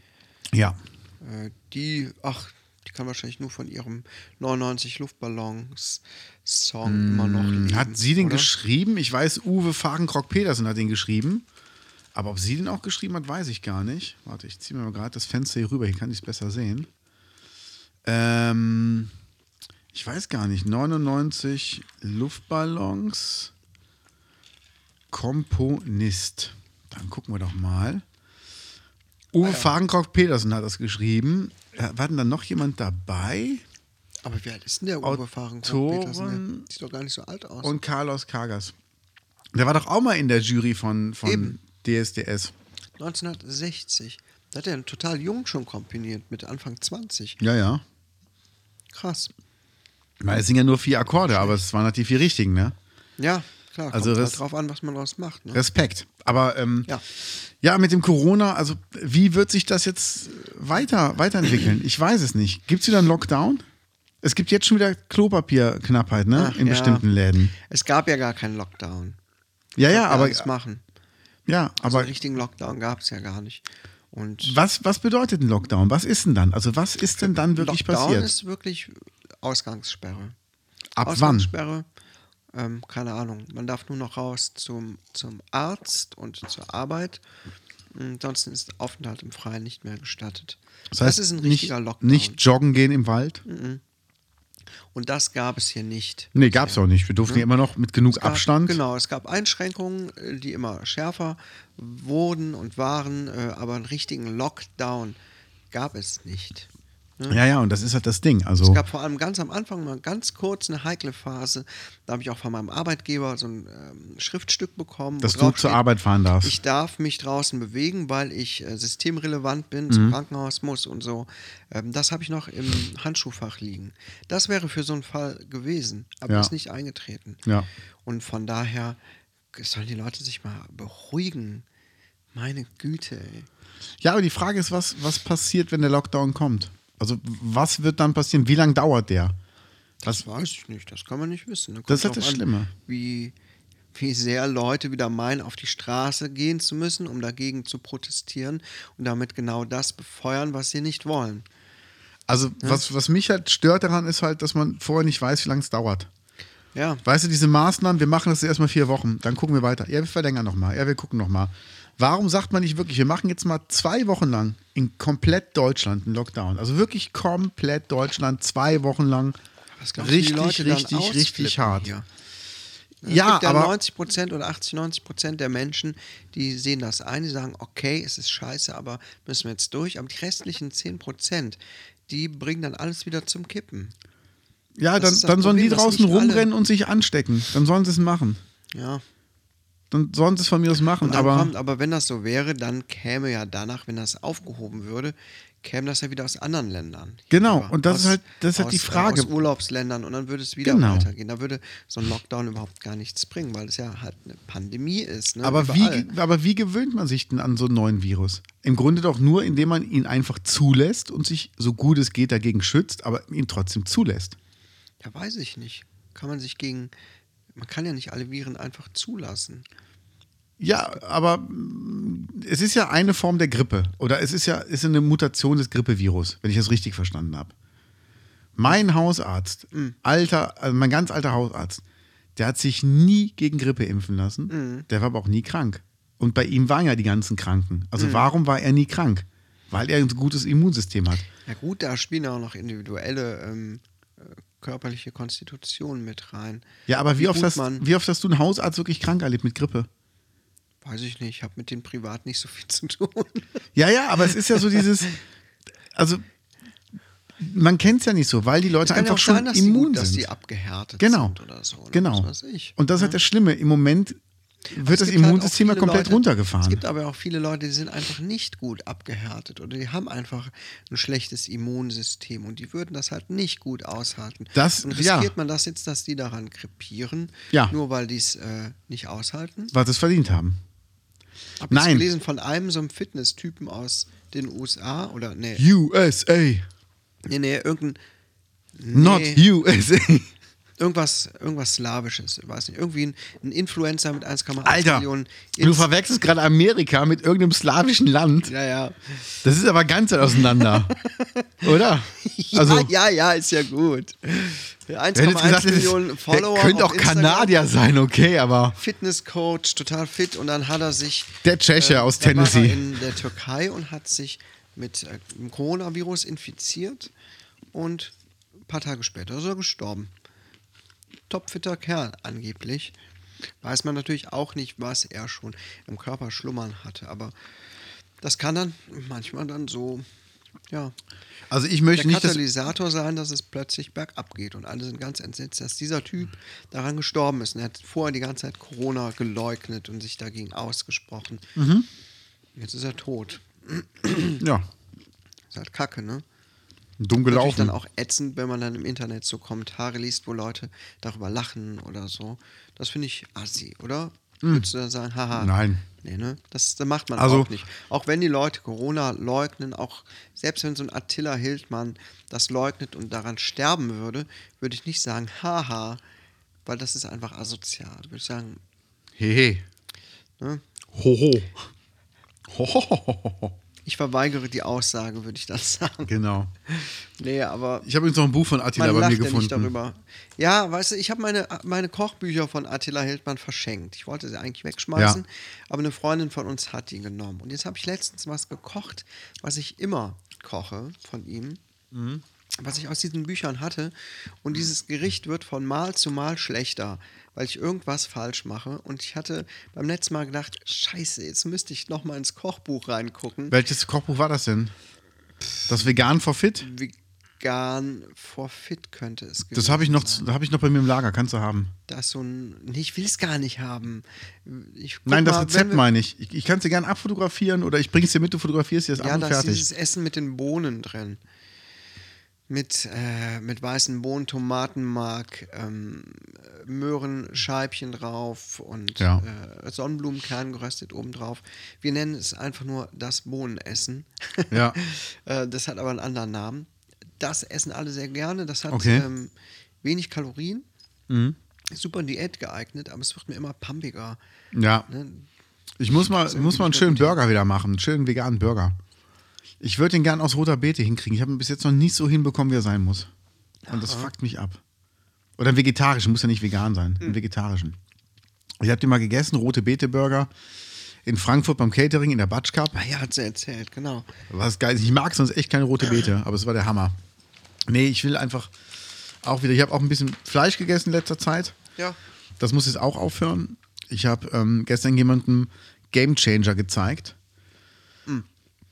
[SPEAKER 2] Ja.
[SPEAKER 1] Äh, die, ach, die kann wahrscheinlich nur von ihrem 99 Luftballons-Song immer noch leben.
[SPEAKER 2] Hm, Hat sie den
[SPEAKER 1] oder?
[SPEAKER 2] geschrieben? Ich weiß, Uwe Fahrenkrock-Petersen hat den geschrieben. Aber ob sie den auch geschrieben hat, weiß ich gar nicht. Warte, ich ziehe mir mal gerade das Fenster hier rüber. Hier kann ich es besser sehen. Ähm, ich weiß gar nicht. 99 Luftballons. Komponist. Dann gucken wir doch mal. Uwe Fahrenkrock-Petersen hat das geschrieben. Äh, War denn da noch jemand dabei?
[SPEAKER 1] Aber wie alt ist denn der Uwe Fahrenkopf?
[SPEAKER 2] Autoren-
[SPEAKER 1] Petersen? Der Sieht doch gar nicht so alt aus.
[SPEAKER 2] Und Carlos Kagas. Der war doch auch mal in der Jury von, von
[SPEAKER 1] Eben.
[SPEAKER 2] DSDS.
[SPEAKER 1] 1960. Da hat er total jung schon komponiert, mit Anfang 20.
[SPEAKER 2] Ja, ja.
[SPEAKER 1] Krass.
[SPEAKER 2] Weil es sind ja nur vier Akkorde, aber es waren halt die vier richtigen, ne?
[SPEAKER 1] Ja, klar.
[SPEAKER 2] Also
[SPEAKER 1] kommt
[SPEAKER 2] das-
[SPEAKER 1] halt drauf an, was man daraus macht. Ne?
[SPEAKER 2] Respekt. Aber ähm, ja.
[SPEAKER 1] Ja.
[SPEAKER 2] mit dem Corona, also wie wird sich das jetzt weiter, weiterentwickeln? Ich weiß es nicht. Gibt es wieder einen Lockdown? Es gibt jetzt schon wieder Klopapierknappheit, ne?
[SPEAKER 1] Ach,
[SPEAKER 2] In
[SPEAKER 1] ja.
[SPEAKER 2] bestimmten Läden.
[SPEAKER 1] Es gab ja gar keinen Lockdown.
[SPEAKER 2] Ja, ja,
[SPEAKER 1] Ja, also
[SPEAKER 2] aber,
[SPEAKER 1] alles machen.
[SPEAKER 2] ja,
[SPEAKER 1] Aber
[SPEAKER 2] aber
[SPEAKER 1] einen richtigen Lockdown gab es ja gar nicht. Und
[SPEAKER 2] was, was bedeutet ein Lockdown? Was ist denn dann? Also was ist denn dann wirklich
[SPEAKER 1] Lockdown
[SPEAKER 2] passiert?
[SPEAKER 1] ist wirklich Ausgangssperre.
[SPEAKER 2] Ab wann?
[SPEAKER 1] Ausgangssperre, ähm, keine Ahnung. Man darf nur noch raus zum, zum Arzt und zur Arbeit. Ansonsten ist Aufenthalt im Freien nicht mehr gestattet. Das, ist ein richtiger
[SPEAKER 2] nicht,
[SPEAKER 1] Lockdown. Mhm.
[SPEAKER 2] Nicht joggen gehen im Wald?
[SPEAKER 1] Und das gab es hier nicht.
[SPEAKER 2] Nee, gab's auch nicht. Wir durften ja immer noch mit genug
[SPEAKER 1] gab-
[SPEAKER 2] Abstand.
[SPEAKER 1] Genau, es gab Einschränkungen, äh, die immer schärfer wurden und waren, äh, aber einen richtigen Lockdown gab es nicht.
[SPEAKER 2] Ja, ja, und das ist halt das Ding. Also
[SPEAKER 1] Es gab vor allem ganz am Anfang mal ganz kurz eine heikle Phase. Da habe ich auch von meinem Arbeitgeber so ein ähm, Schriftstück bekommen. wo
[SPEAKER 2] dass du
[SPEAKER 1] drauf
[SPEAKER 2] zur
[SPEAKER 1] steht,
[SPEAKER 2] Arbeit fahren darfst.
[SPEAKER 1] Ich darf mich draußen bewegen, weil ich äh, systemrelevant bin,
[SPEAKER 2] Mhm.
[SPEAKER 1] zum Krankenhaus muss und so. Ähm, das habe ich noch im Handschuhfach liegen. Das wäre für so einen Fall gewesen, aber
[SPEAKER 2] Ja.
[SPEAKER 1] ist nicht eingetreten.
[SPEAKER 2] Ja.
[SPEAKER 1] Und von daher sollen die Leute sich mal beruhigen. Meine Güte, ey.
[SPEAKER 2] Ja, aber die Frage ist, was, was passiert, wenn der Lockdown kommt? Also, was wird dann passieren? Wie lange dauert der? Was,
[SPEAKER 1] Das weiß ich nicht, das kann man nicht wissen. Da
[SPEAKER 2] Das
[SPEAKER 1] kommt
[SPEAKER 2] ist halt
[SPEAKER 1] drauf
[SPEAKER 2] das
[SPEAKER 1] an,
[SPEAKER 2] Schlimme.
[SPEAKER 1] Wie, wie sehr Leute wieder meinen, auf die Straße gehen zu müssen, um dagegen zu protestieren und damit genau das befeuern, was sie nicht wollen.
[SPEAKER 2] also, was, was mich halt stört daran, ist halt, dass man vorher nicht weiß, wie lange es dauert.
[SPEAKER 1] Ja,
[SPEAKER 2] Weißt du, diese Maßnahmen, wir machen das erstmal vier Wochen, dann gucken wir weiter. Ja, wir verlängern nochmal. Ja, wir gucken nochmal. Warum sagt man nicht wirklich, wir machen jetzt mal zwei Wochen lang in komplett Deutschland einen Lockdown? Also wirklich komplett Deutschland, zwei Wochen lang.
[SPEAKER 1] was glaubst du, wie die
[SPEAKER 2] Richtig,
[SPEAKER 1] Leute dann
[SPEAKER 2] richtig, richtig
[SPEAKER 1] ausflippen
[SPEAKER 2] hart.
[SPEAKER 1] hier? es
[SPEAKER 2] Ja,
[SPEAKER 1] gibt ja
[SPEAKER 2] aber
[SPEAKER 1] 90 Prozent oder 80, 90 Prozent der Menschen, die sehen das ein, die sagen, okay, es ist scheiße, aber müssen wir jetzt durch. Aber die restlichen 10 Prozent, die bringen dann alles wieder zum Kippen.
[SPEAKER 2] ja,
[SPEAKER 1] das
[SPEAKER 2] dann,
[SPEAKER 1] ist das
[SPEAKER 2] dann sollen die
[SPEAKER 1] Problem, dass
[SPEAKER 2] draußen
[SPEAKER 1] nicht alle-
[SPEAKER 2] rumrennen und sich anstecken. Dann sollen sie es machen.
[SPEAKER 1] Ja.
[SPEAKER 2] Dann sollen sie es von mir aus machen.
[SPEAKER 1] Dann
[SPEAKER 2] Aber
[SPEAKER 1] kommt, aber wenn das so wäre, dann käme ja danach, wenn das aufgehoben würde, käme das ja wieder aus anderen Ländern.
[SPEAKER 2] Genau,
[SPEAKER 1] Hier,
[SPEAKER 2] und das
[SPEAKER 1] aus,
[SPEAKER 2] ist halt- das ist halt
[SPEAKER 1] aus,
[SPEAKER 2] die Frage.
[SPEAKER 1] Äh, aus Urlaubsländern und dann würde es wieder
[SPEAKER 2] Genau.
[SPEAKER 1] weitergehen. Da würde so ein Lockdown überhaupt gar nichts bringen, weil es ja halt eine Pandemie ist. Ne?
[SPEAKER 2] Aber
[SPEAKER 1] Überall.
[SPEAKER 2] wie, aber wie gewöhnt man sich denn an so einen neuen Virus? Im Grunde doch nur, indem man ihn einfach zulässt und sich so gut es geht dagegen schützt, aber ihn trotzdem zulässt.
[SPEAKER 1] Ja, weiß ich nicht. Kann man sich gegen. Man kann ja nicht alle Viren einfach zulassen.
[SPEAKER 2] Ja, aber mm, es ist ja eine Form der Grippe. Oder es ist ja es ist eine Mutation des Grippevirus, wenn ich das richtig verstanden habe. Mein Hausarzt, alter, also mein ganz alter Hausarzt, der hat sich nie gegen Grippe impfen lassen. Der war aber auch nie krank. Und bei ihm waren ja die ganzen Kranken. Also warum war er nie krank? Weil er ein gutes Immunsystem hat.
[SPEAKER 1] Ja, gut, da spielen ja auch noch individuelle ähm, äh, körperliche Konstitutionen mit rein.
[SPEAKER 2] Ja, aber wie, oft,
[SPEAKER 1] gut
[SPEAKER 2] hast,
[SPEAKER 1] man-
[SPEAKER 2] wie oft hast du einen Hausarzt wirklich krank erlebt mit Grippe?
[SPEAKER 1] Weiß ich nicht, ich habe mit denen privat nicht so viel zu tun.
[SPEAKER 2] Ja, ja, aber es ist ja so dieses, also man kennt es ja nicht so, weil die Leute
[SPEAKER 1] Kann ja
[SPEAKER 2] einfach
[SPEAKER 1] auch sein,
[SPEAKER 2] schon
[SPEAKER 1] dass die,
[SPEAKER 2] immun
[SPEAKER 1] gut, dass die
[SPEAKER 2] sind.
[SPEAKER 1] abgehärtet
[SPEAKER 2] Genau,
[SPEAKER 1] sind oder so. ne?
[SPEAKER 2] genau.
[SPEAKER 1] Was weiß ich. ne?
[SPEAKER 2] Und das ist halt das Schlimme. Im Moment wird das
[SPEAKER 1] Es gibt halt auch
[SPEAKER 2] Immunsystem ja
[SPEAKER 1] viele
[SPEAKER 2] komplett
[SPEAKER 1] Leute- Es
[SPEAKER 2] runtergefahren.
[SPEAKER 1] gibt aber auch viele Leute, die sind einfach nicht gut abgehärtet oder die haben einfach ein schlechtes Immunsystem und die würden das halt nicht gut aushalten.
[SPEAKER 2] Das-
[SPEAKER 1] und
[SPEAKER 2] ja.
[SPEAKER 1] riskiert man das jetzt, dass die daran krepieren,
[SPEAKER 2] Ja.
[SPEAKER 1] nur weil die es äh, nicht aushalten?
[SPEAKER 2] Was sie es verdient haben.
[SPEAKER 1] Hab
[SPEAKER 2] Nein.
[SPEAKER 1] jetzt gelesen von einem so einem Fitness-Typen aus den USA oder nee,
[SPEAKER 2] USA,
[SPEAKER 1] nee, nee, irgendein
[SPEAKER 2] not
[SPEAKER 1] nee.
[SPEAKER 2] USA.
[SPEAKER 1] Irgendwas, irgendwas Slawisches, ich weiß nicht. Irgendwie ein, ein Influencer mit 1,8
[SPEAKER 2] Alter,
[SPEAKER 1] Millionen.
[SPEAKER 2] du
[SPEAKER 1] Inst-
[SPEAKER 2] verwechselst gerade Amerika mit irgendeinem slawischen Land.
[SPEAKER 1] ja, ja.
[SPEAKER 2] Das ist aber ganz weit auseinander. Oder? Also,
[SPEAKER 1] Also, ja, ja, ja, ist ja gut.
[SPEAKER 2] wenn jetzt
[SPEAKER 1] 1,1
[SPEAKER 2] gesagt hättest,
[SPEAKER 1] Millionen
[SPEAKER 2] der
[SPEAKER 1] Follower.
[SPEAKER 2] könnte
[SPEAKER 1] auf
[SPEAKER 2] auch
[SPEAKER 1] Instagram,
[SPEAKER 2] Kanadier sein, okay, aber
[SPEAKER 1] Fitnesscoach, total fit. Und dann hat er sich. äh,
[SPEAKER 2] Der Tscheche aus
[SPEAKER 1] der war
[SPEAKER 2] Tennessee.
[SPEAKER 1] in der Türkei und hat sich mit äh, dem Coronavirus infiziert. Und ein paar Tage später ist er gestorben. Topfitter Kerl, angeblich. Weiß man natürlich auch nicht, was er schon im Körper schlummern hatte. Aber das kann dann manchmal dann so Ja.
[SPEAKER 2] Also ich möchte
[SPEAKER 1] der
[SPEAKER 2] nicht, dass
[SPEAKER 1] Katalysator sein, dass es plötzlich bergab geht. Und alle sind ganz entsetzt, dass dieser Typ daran gestorben ist. Und er hat vorher die ganze Zeit Corona geleugnet und sich dagegen ausgesprochen.
[SPEAKER 2] Mhm.
[SPEAKER 1] Jetzt ist er tot.
[SPEAKER 2] ja,
[SPEAKER 1] Ist halt kacke, ne?
[SPEAKER 2] dumm
[SPEAKER 1] Natürlich
[SPEAKER 2] gelaufen.
[SPEAKER 1] dann auch ätzend, wenn man dann im Internet so Kommentare liest, wo Leute darüber lachen oder so. Das finde ich assi, oder? Würdest du dann sagen, haha.
[SPEAKER 2] Hm. Nein.
[SPEAKER 1] Nee, ne? Das, das macht man
[SPEAKER 2] Also-
[SPEAKER 1] auch nicht. Auch wenn die Leute Corona leugnen, auch selbst wenn so ein Attila Hildmann das leugnet und daran sterben würde, würde ich nicht sagen, haha, weil das ist einfach asozial. Würde ich sagen,
[SPEAKER 2] Hehe.
[SPEAKER 1] ne?
[SPEAKER 2] Hoho. Hohohoho.
[SPEAKER 1] Ich verweigere die Aussage, würde ich dann sagen.
[SPEAKER 2] Genau.
[SPEAKER 1] Nee, aber
[SPEAKER 2] Ich habe übrigens noch ein Buch von Attila
[SPEAKER 1] ja
[SPEAKER 2] bei mir gefunden.
[SPEAKER 1] nicht darüber. Ja, weißt du, ich habe meine, meine Kochbücher von Attila Hildmann verschenkt. Ich wollte sie eigentlich wegschmeißen,
[SPEAKER 2] Ja.
[SPEAKER 1] aber eine Freundin von uns hat die genommen. Und jetzt habe ich letztens was gekocht, was ich immer koche von ihm.
[SPEAKER 2] Mhm.
[SPEAKER 1] Was ich aus diesen Büchern hatte. Und dieses Gericht wird von Mal zu Mal schlechter, weil ich irgendwas falsch mache. Und ich hatte beim letzten Mal gedacht, scheiße, jetzt müsste ich nochmal ins Kochbuch reingucken.
[SPEAKER 2] Welches Kochbuch war das denn? Das Vegan for Fit?
[SPEAKER 1] Vegan for Fit könnte es
[SPEAKER 2] Das
[SPEAKER 1] gewesen
[SPEAKER 2] habe ich, noch- hab ich noch bei mir im Lager, kannst du haben.
[SPEAKER 1] Das so ein. Nee, ich will es gar nicht haben. Ich guck
[SPEAKER 2] Nein, das
[SPEAKER 1] mal, wenn
[SPEAKER 2] Rezept
[SPEAKER 1] wir-
[SPEAKER 2] meine ich. Ich, ich kann es dir gerne abfotografieren oder ich bringe es dir mit, du fotografierst dir das
[SPEAKER 1] Ja,
[SPEAKER 2] ab und
[SPEAKER 1] da ist
[SPEAKER 2] fertig.
[SPEAKER 1] dieses Essen mit den Bohnen drin. Mit, äh, mit weißen Bohnen, Tomatenmark, ähm, Möhrenscheibchen drauf und
[SPEAKER 2] Ja.
[SPEAKER 1] äh, Sonnenblumenkern geröstet obendrauf. Wir nennen es einfach nur das Bohnenessen.
[SPEAKER 2] Ja.
[SPEAKER 1] äh, das hat aber einen anderen Namen. Das essen alle sehr gerne. Das hat
[SPEAKER 2] Okay. Mhm.
[SPEAKER 1] ähm, wenig Kalorien. Super Diät geeignet, aber es wird mir immer pampiger.
[SPEAKER 2] Ja.
[SPEAKER 1] Ne?
[SPEAKER 2] Ich muss mal,
[SPEAKER 1] irgendwie
[SPEAKER 2] muss mal einen
[SPEAKER 1] nicht
[SPEAKER 2] schönen Burger wieder machen, einen schönen veganen Burger. Ich würde den gern aus roter Beete hinkriegen. Ich habe ihn bis jetzt noch nicht so hinbekommen, wie er sein muss. Und das fuckt mich ab. Oder einen vegetarischen, muss ja nicht vegan sein, einen vegetarischen. Ich habe den mal gegessen, rote Beete Burger in Frankfurt beim Catering in der Batsch Cup.
[SPEAKER 1] Ah ja, hat sie erzählt, genau.
[SPEAKER 2] Was geil ist. Ich mag sonst echt keine rote Beete, aber es war der Hammer. Nee, ich will einfach auch wieder. Ich habe auch ein bisschen Fleisch gegessen in letzter Zeit.
[SPEAKER 1] Ja.
[SPEAKER 2] Das muss jetzt auch aufhören. Ich habe ähm, gestern jemandem Game Changer gezeigt.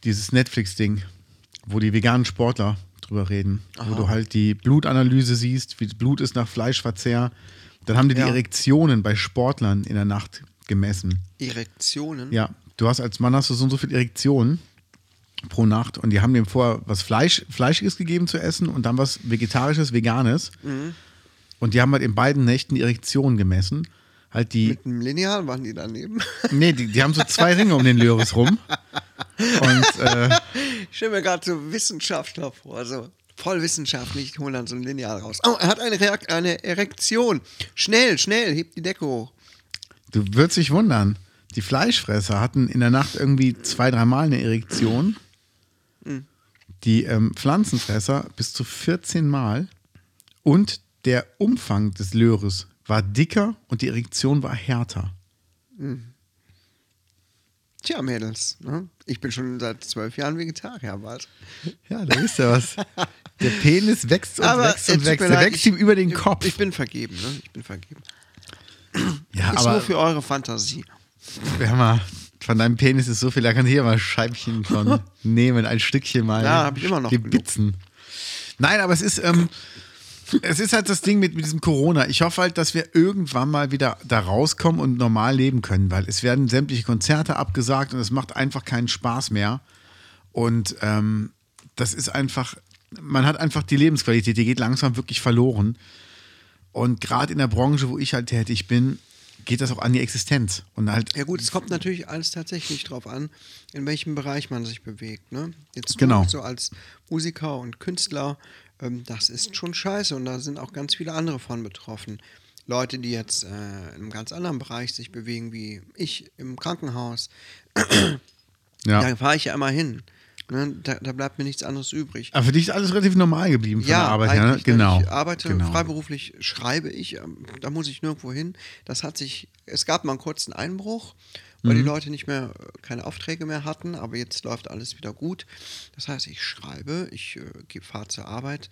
[SPEAKER 2] Dieses Netflix-Ding, wo die veganen Sportler drüber reden. Wo du halt die Blutanalyse siehst, wie das Blut ist nach Fleischverzehr. Dann haben die
[SPEAKER 1] Ja.
[SPEAKER 2] die Erektionen bei Sportlern in der Nacht gemessen.
[SPEAKER 1] Erektionen.
[SPEAKER 2] Ja, du hast als Mann hast du so und so viel Erektionen pro Nacht und die haben dem vorher was Fleisch, Fleischiges gegeben zu essen und dann was Vegetarisches, Veganes. Und die haben halt in beiden Nächten die Erektionen gemessen. Halt die,
[SPEAKER 1] Mit einem Lineal waren die daneben.
[SPEAKER 2] nee, die, die haben so zwei Ringe um den Lyris rum. Und äh,
[SPEAKER 1] Ich stelle mir gerade so Wissenschaftler vor, so voll wissenschaftlich, holen dann so ein Lineal raus. Oh, er hat eine, Reakt eine Erektion. Schnell, schnell, hebt die Decke hoch.
[SPEAKER 2] du würdest dich wundern, die Fleischfresser hatten in der Nacht irgendwie zwei, dreimal eine Erektion.
[SPEAKER 1] Mhm.
[SPEAKER 2] Die ähm, Pflanzenfresser bis zu 14 Mal. Und der Umfang des Löres war dicker und die Erektion war härter.
[SPEAKER 1] Tja, Mädels, ne? ich bin schon seit zwölf Jahren Vegetarier, was?
[SPEAKER 2] Ja, da ist ja was. Der Penis wächst und
[SPEAKER 1] Aber
[SPEAKER 2] wächst
[SPEAKER 1] es
[SPEAKER 2] und
[SPEAKER 1] tut
[SPEAKER 2] wächst.
[SPEAKER 1] mir
[SPEAKER 2] Der
[SPEAKER 1] leid,
[SPEAKER 2] wächst
[SPEAKER 1] ich-
[SPEAKER 2] ihm über den
[SPEAKER 1] ich-
[SPEAKER 2] Kopf.
[SPEAKER 1] Ich bin vergeben, ne? ich bin vergeben.
[SPEAKER 2] ja,
[SPEAKER 1] Ist
[SPEAKER 2] aber
[SPEAKER 1] nur für eure Fantasie.
[SPEAKER 2] hör mal, von deinem Penis ist so viel, da kannst du hier mal ein Scheibchen von nehmen, ein Stückchen mal.
[SPEAKER 1] Ja, hab ich immer noch
[SPEAKER 2] Gebitzen. Nein, aber es ist, ähm, es ist halt das Ding mit, mit diesem Corona. Ich hoffe halt, dass wir irgendwann mal wieder da rauskommen und normal leben können, weil es werden sämtliche Konzerte abgesagt und es macht einfach keinen Spaß mehr. Und ähm, das ist einfach, man hat einfach die Lebensqualität, die geht langsam wirklich verloren. Und gerade in der Branche, wo ich halt tätig bin, geht das auch an die Existenz. Und halt
[SPEAKER 1] Ja gut, es kommt natürlich alles tatsächlich drauf an, in welchem Bereich man sich bewegt. Ne? Jetzt du
[SPEAKER 2] Genau.
[SPEAKER 1] so als Musiker und Künstler, ähm, das ist schon scheiße und da sind auch ganz viele andere von betroffen. Leute, die jetzt äh, in einem ganz anderen Bereich sich bewegen, wie ich im Krankenhaus, da fahre ich ja immer hin. Ne? Da, da bleibt mir nichts anderes übrig.
[SPEAKER 2] Aber für dich ist alles relativ normal geblieben von der Arbeit her, ne?
[SPEAKER 1] eigentlich, ne?
[SPEAKER 2] Genau.
[SPEAKER 1] Ich arbeite
[SPEAKER 2] genau.
[SPEAKER 1] freiberuflich, schreibe ich, ähm, da muss ich nirgendwo hin. Das hat sich, es gab mal einen kurzen Einbruch, weil
[SPEAKER 2] Mhm.
[SPEAKER 1] die Leute nicht mehr äh, keine Aufträge mehr hatten, aber jetzt läuft alles wieder gut. Das heißt, ich schreibe, ich äh, fahre zur Arbeit.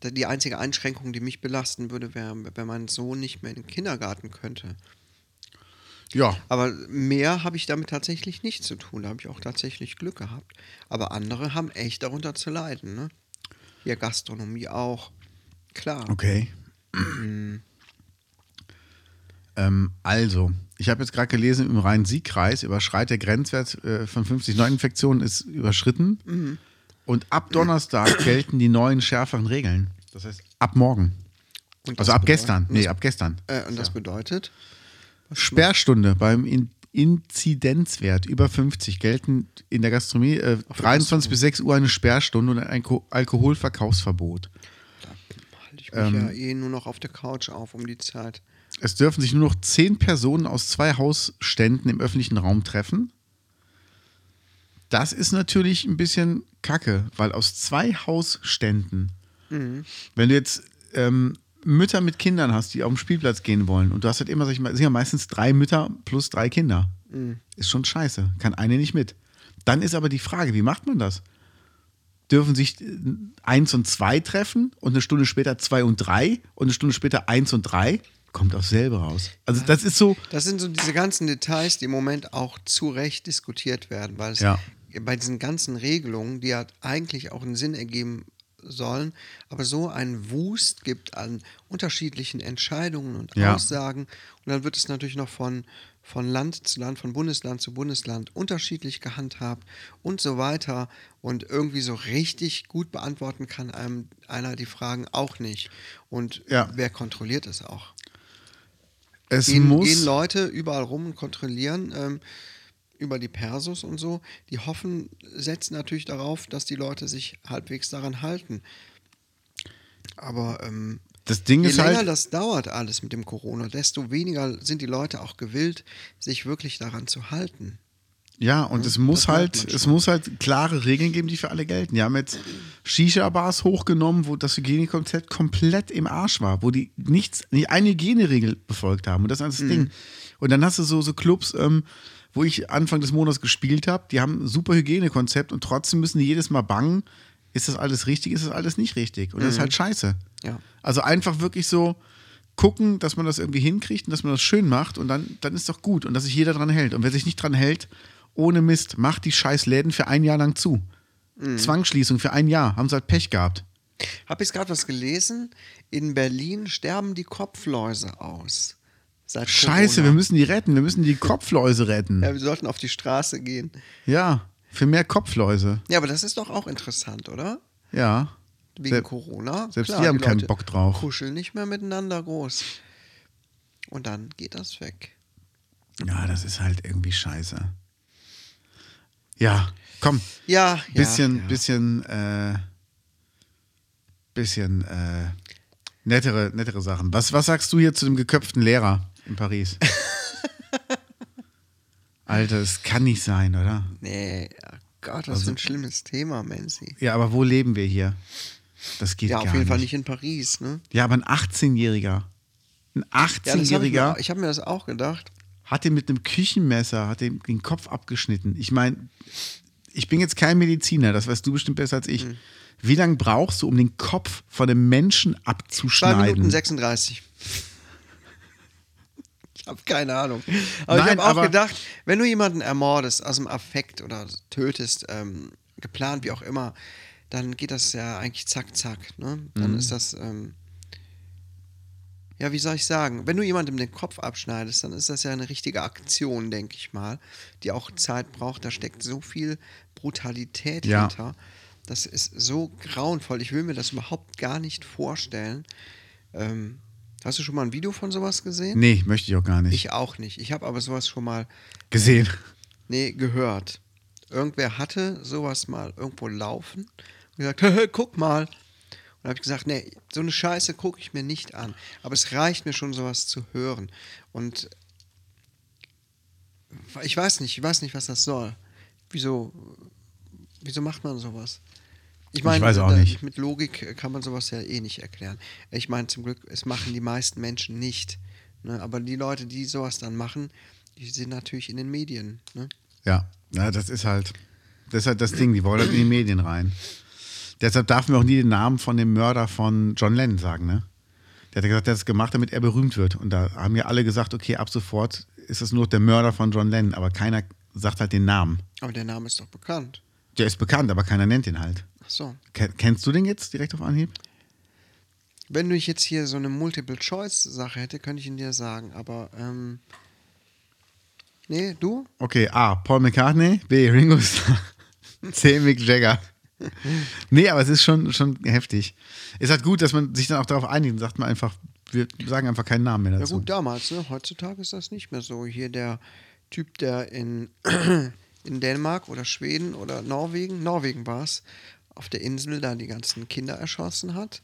[SPEAKER 1] Da- Die einzige Einschränkung, die mich belasten würde, wäre, wenn mein Sohn nicht mehr in den Kindergarten könnte.
[SPEAKER 2] Ja.
[SPEAKER 1] Aber mehr habe ich damit tatsächlich nicht zu tun. Da habe ich auch tatsächlich Glück gehabt. Aber andere haben echt darunter zu leiden. Ne? Hier Gastronomie auch. Klar.
[SPEAKER 2] Okay.
[SPEAKER 1] Mhm.
[SPEAKER 2] ähm, also, ich habe jetzt gerade gelesen, im Rhein-Sieg-Kreis überschreit der Grenzwert äh, von 50 Neuinfektionen ist überschritten.
[SPEAKER 1] Mhm.
[SPEAKER 2] Und ab Donnerstag gelten die neuen schärferen Regeln. Das heißt, ab morgen.
[SPEAKER 1] Und das
[SPEAKER 2] Also ab
[SPEAKER 1] bedeu-
[SPEAKER 2] gestern.
[SPEAKER 1] und
[SPEAKER 2] Nee,
[SPEAKER 1] das-
[SPEAKER 2] ab gestern.
[SPEAKER 1] Äh, und das bedeutet,
[SPEAKER 2] Sperrstunde beim In Inzidenzwert über 50 gelten in der Gastronomie äh, 23 bis 6 Uhr eine Sperrstunde und ein Alko Alkoholverkaufsverbot.
[SPEAKER 1] da halte ich mich ja eh nur noch auf der Couch auf um die Zeit.
[SPEAKER 2] Es dürfen sich nur noch 10 Personen aus zwei Hausständen im öffentlichen Raum treffen. Das ist natürlich ein bisschen kacke, weil aus zwei Hausständen, wenn du jetzt ähm, Mütter mit Kindern hast, die auf den Spielplatz gehen wollen und du hast halt immer, sag ich mal, sind ja meistens drei Mütter plus drei Kinder. Ist schon scheiße. Kann eine nicht mit. Dann ist aber die Frage, wie macht man das? Dürfen sich äh, eins und zwei treffen und eine Stunde später zwei und drei und eine Stunde später eins und drei? Kommt aufs selbe raus. Also, das ist so.
[SPEAKER 1] Das sind so diese ganzen Details, die im Moment auch zu Recht diskutiert werden, weil es
[SPEAKER 2] Ja.
[SPEAKER 1] bei diesen ganzen Regelungen, die ja eigentlich auch einen Sinn ergeben sollen, aber so einen Wust gibt an unterschiedlichen Entscheidungen und
[SPEAKER 2] Ja.
[SPEAKER 1] Aussagen. Und dann wird es natürlich noch von, von Land zu Land, von Bundesland zu Bundesland unterschiedlich gehandhabt und so weiter. Und irgendwie so richtig gut beantworten kann einem einer die Fragen auch nicht. Und
[SPEAKER 2] Ja.
[SPEAKER 1] wer kontrolliert es auch?
[SPEAKER 2] Es
[SPEAKER 1] gehen,
[SPEAKER 2] muss.
[SPEAKER 1] gehen Leute überall rum und kontrollieren ähm, über die Persus und so. Die hoffen, setzen natürlich darauf, dass die Leute sich halbwegs daran halten. Aber ähm,
[SPEAKER 2] das Ding
[SPEAKER 1] je
[SPEAKER 2] ist
[SPEAKER 1] länger
[SPEAKER 2] halt.
[SPEAKER 1] das dauert alles mit dem Corona, desto weniger sind die Leute auch gewillt, sich wirklich daran zu halten.
[SPEAKER 2] Ja, und es muss
[SPEAKER 1] das merkt
[SPEAKER 2] halt,
[SPEAKER 1] man schon.
[SPEAKER 2] es muss halt klare Regeln geben, die für alle gelten. Die haben jetzt Shisha-Bars hochgenommen, wo das Hygienekonzept komplett im Arsch war, wo die nichts, nicht eine Hygieneregel befolgt haben. Und das ist
[SPEAKER 1] Mhm.
[SPEAKER 2] alles das Ding. Und dann hast du so, so Clubs, ähm, wo ich Anfang des Monats gespielt habe, die haben ein super Hygienekonzept und trotzdem müssen die jedes Mal bangen, ist das alles richtig, ist das alles nicht richtig. Und das ist halt scheiße.
[SPEAKER 1] Mhm. Ja.
[SPEAKER 2] Also einfach wirklich so gucken, dass man das irgendwie hinkriegt und dass man das schön macht und dann, dann ist doch gut und dass sich jeder dran hält. Und wer sich nicht dran hält, ohne Mist, macht die scheiß Läden für ein Jahr lang zu. Mhm. Zwangsschließung für ein Jahr, haben sie halt Pech gehabt.
[SPEAKER 1] Habe jetzt gerade was gelesen? In Berlin sterben die Kopfläuse aus. Seit
[SPEAKER 2] Scheiße, wir
[SPEAKER 1] Corona.
[SPEAKER 2] müssen die retten, wir müssen die Kopfläuse retten.
[SPEAKER 1] ja, wir sollten auf die Straße gehen.
[SPEAKER 2] Ja, für mehr Kopfläuse.
[SPEAKER 1] Ja, aber das ist doch auch interessant, oder?
[SPEAKER 2] Ja.
[SPEAKER 1] wegen
[SPEAKER 2] Sel-
[SPEAKER 1] Corona.
[SPEAKER 2] selbst die haben keinen
[SPEAKER 1] Leute
[SPEAKER 2] Bock drauf.
[SPEAKER 1] Kuscheln nicht mehr miteinander groß. Und dann geht das weg.
[SPEAKER 2] Ja, das ist halt irgendwie scheiße. Ja, komm,
[SPEAKER 1] Ja, ja.
[SPEAKER 2] bisschen,
[SPEAKER 1] ja.
[SPEAKER 2] bisschen, äh, bisschen äh, nettere, nettere Sachen. Was, was sagst du hier zu dem geköpften Lehrer in Paris? Alter, es kann nicht sein, oder?
[SPEAKER 1] Nee, oh Gott,
[SPEAKER 2] Also
[SPEAKER 1] was für ein schlimmes Thema, Menzi.
[SPEAKER 2] Ja, aber wo leben wir hier? Das geht
[SPEAKER 1] Ja,
[SPEAKER 2] gar
[SPEAKER 1] auf jeden
[SPEAKER 2] nicht.
[SPEAKER 1] Fall nicht in Paris, ne?
[SPEAKER 2] Ja, aber ein 18-Jähriger.
[SPEAKER 1] Ja,
[SPEAKER 2] Ein
[SPEAKER 1] das hab ich
[SPEAKER 2] 18-Jähriger
[SPEAKER 1] mir- ich habe mir das auch gedacht.
[SPEAKER 2] hat ihm mit einem Küchenmesser hat ihm den Kopf abgeschnitten. Ich meine, ich bin jetzt kein Mediziner, das weißt du bestimmt besser als ich. Wie lange brauchst du, um den Kopf von einem Menschen
[SPEAKER 1] 2
[SPEAKER 2] abzuschneiden?
[SPEAKER 1] Minuten 36. Ich habe keine Ahnung. Aber ich
[SPEAKER 2] Nein,
[SPEAKER 1] habe auch
[SPEAKER 2] aber-
[SPEAKER 1] gedacht, wenn du jemanden ermordest, aus dem Affekt oder tötest, ähm, geplant, wie auch immer, dann geht das ja eigentlich zack, zack. Ne?
[SPEAKER 2] Mhm.
[SPEAKER 1] Dann ist das, ähm, ja, wie soll ich sagen, wenn du jemandem den Kopf abschneidest, dann ist das ja eine richtige Aktion, denke ich mal, die auch Zeit braucht. Da steckt so viel Brutalität
[SPEAKER 2] Ja.
[SPEAKER 1] hinter. Das ist so grauenvoll. Ich will mir das überhaupt gar nicht vorstellen. Ähm, hast du schon mal ein Video von sowas gesehen?
[SPEAKER 2] Nee, möchte ich auch gar nicht.
[SPEAKER 1] Ich auch nicht. Ich habe aber sowas schon mal
[SPEAKER 2] Gesehen.
[SPEAKER 1] nee, gehört. Irgendwer hatte sowas mal irgendwo laufen und gesagt, "Hä, hä, guck mal. Und habe ich gesagt, nee, so eine Scheiße gucke ich mir nicht an. Aber es reicht mir schon, sowas zu hören. Und ich weiß nicht, ich weiß nicht, was das soll. Wieso, wieso macht man sowas? Ich meine,
[SPEAKER 2] weiß auch
[SPEAKER 1] da-
[SPEAKER 2] nicht.
[SPEAKER 1] mit Logik kann man sowas ja eh nicht erklären. Ich meine, zum Glück, es machen die meisten Menschen nicht. Ne? Aber die Leute, die sowas dann machen, die sind natürlich in den Medien. Ne?
[SPEAKER 2] Ja, ja das ist halt das, ist halt das Ding, die wollen halt in die Medien rein. Deshalb darf man auch nie den Namen von dem Mörder von John Lennon sagen, ne? Der hat ja gesagt, der hat es gemacht, damit er berühmt wird. Und da haben ja alle gesagt, okay, ab sofort ist das nur noch der Mörder von John Lennon, aber keiner sagt halt den Namen.
[SPEAKER 1] Aber der Name ist doch bekannt.
[SPEAKER 2] Der ist bekannt, aber keiner nennt ihn halt.
[SPEAKER 1] Ach so.
[SPEAKER 2] Ken- Kennst du den jetzt direkt auf Anhieb?
[SPEAKER 1] Wenn du jetzt hier so eine Multiple-Choice-Sache hätte, könnte ich ihn dir sagen, aber ähm, nee, du?
[SPEAKER 2] Okay, A. Paul McCartney, B. Ringo Starr, C. Mick Jagger. Nee, aber es ist schon, schon heftig. Es ist halt gut, dass man sich dann auch darauf einigt und sagt man einfach, wir sagen einfach keinen Namen mehr
[SPEAKER 1] Ja
[SPEAKER 2] dazu.
[SPEAKER 1] gut, damals, ne? Heutzutage ist das nicht mehr so. Hier der Typ, der in, in Dänemark oder Schweden oder Norwegen, Norwegen war es, auf der Insel da die ganzen Kinder erschossen hat.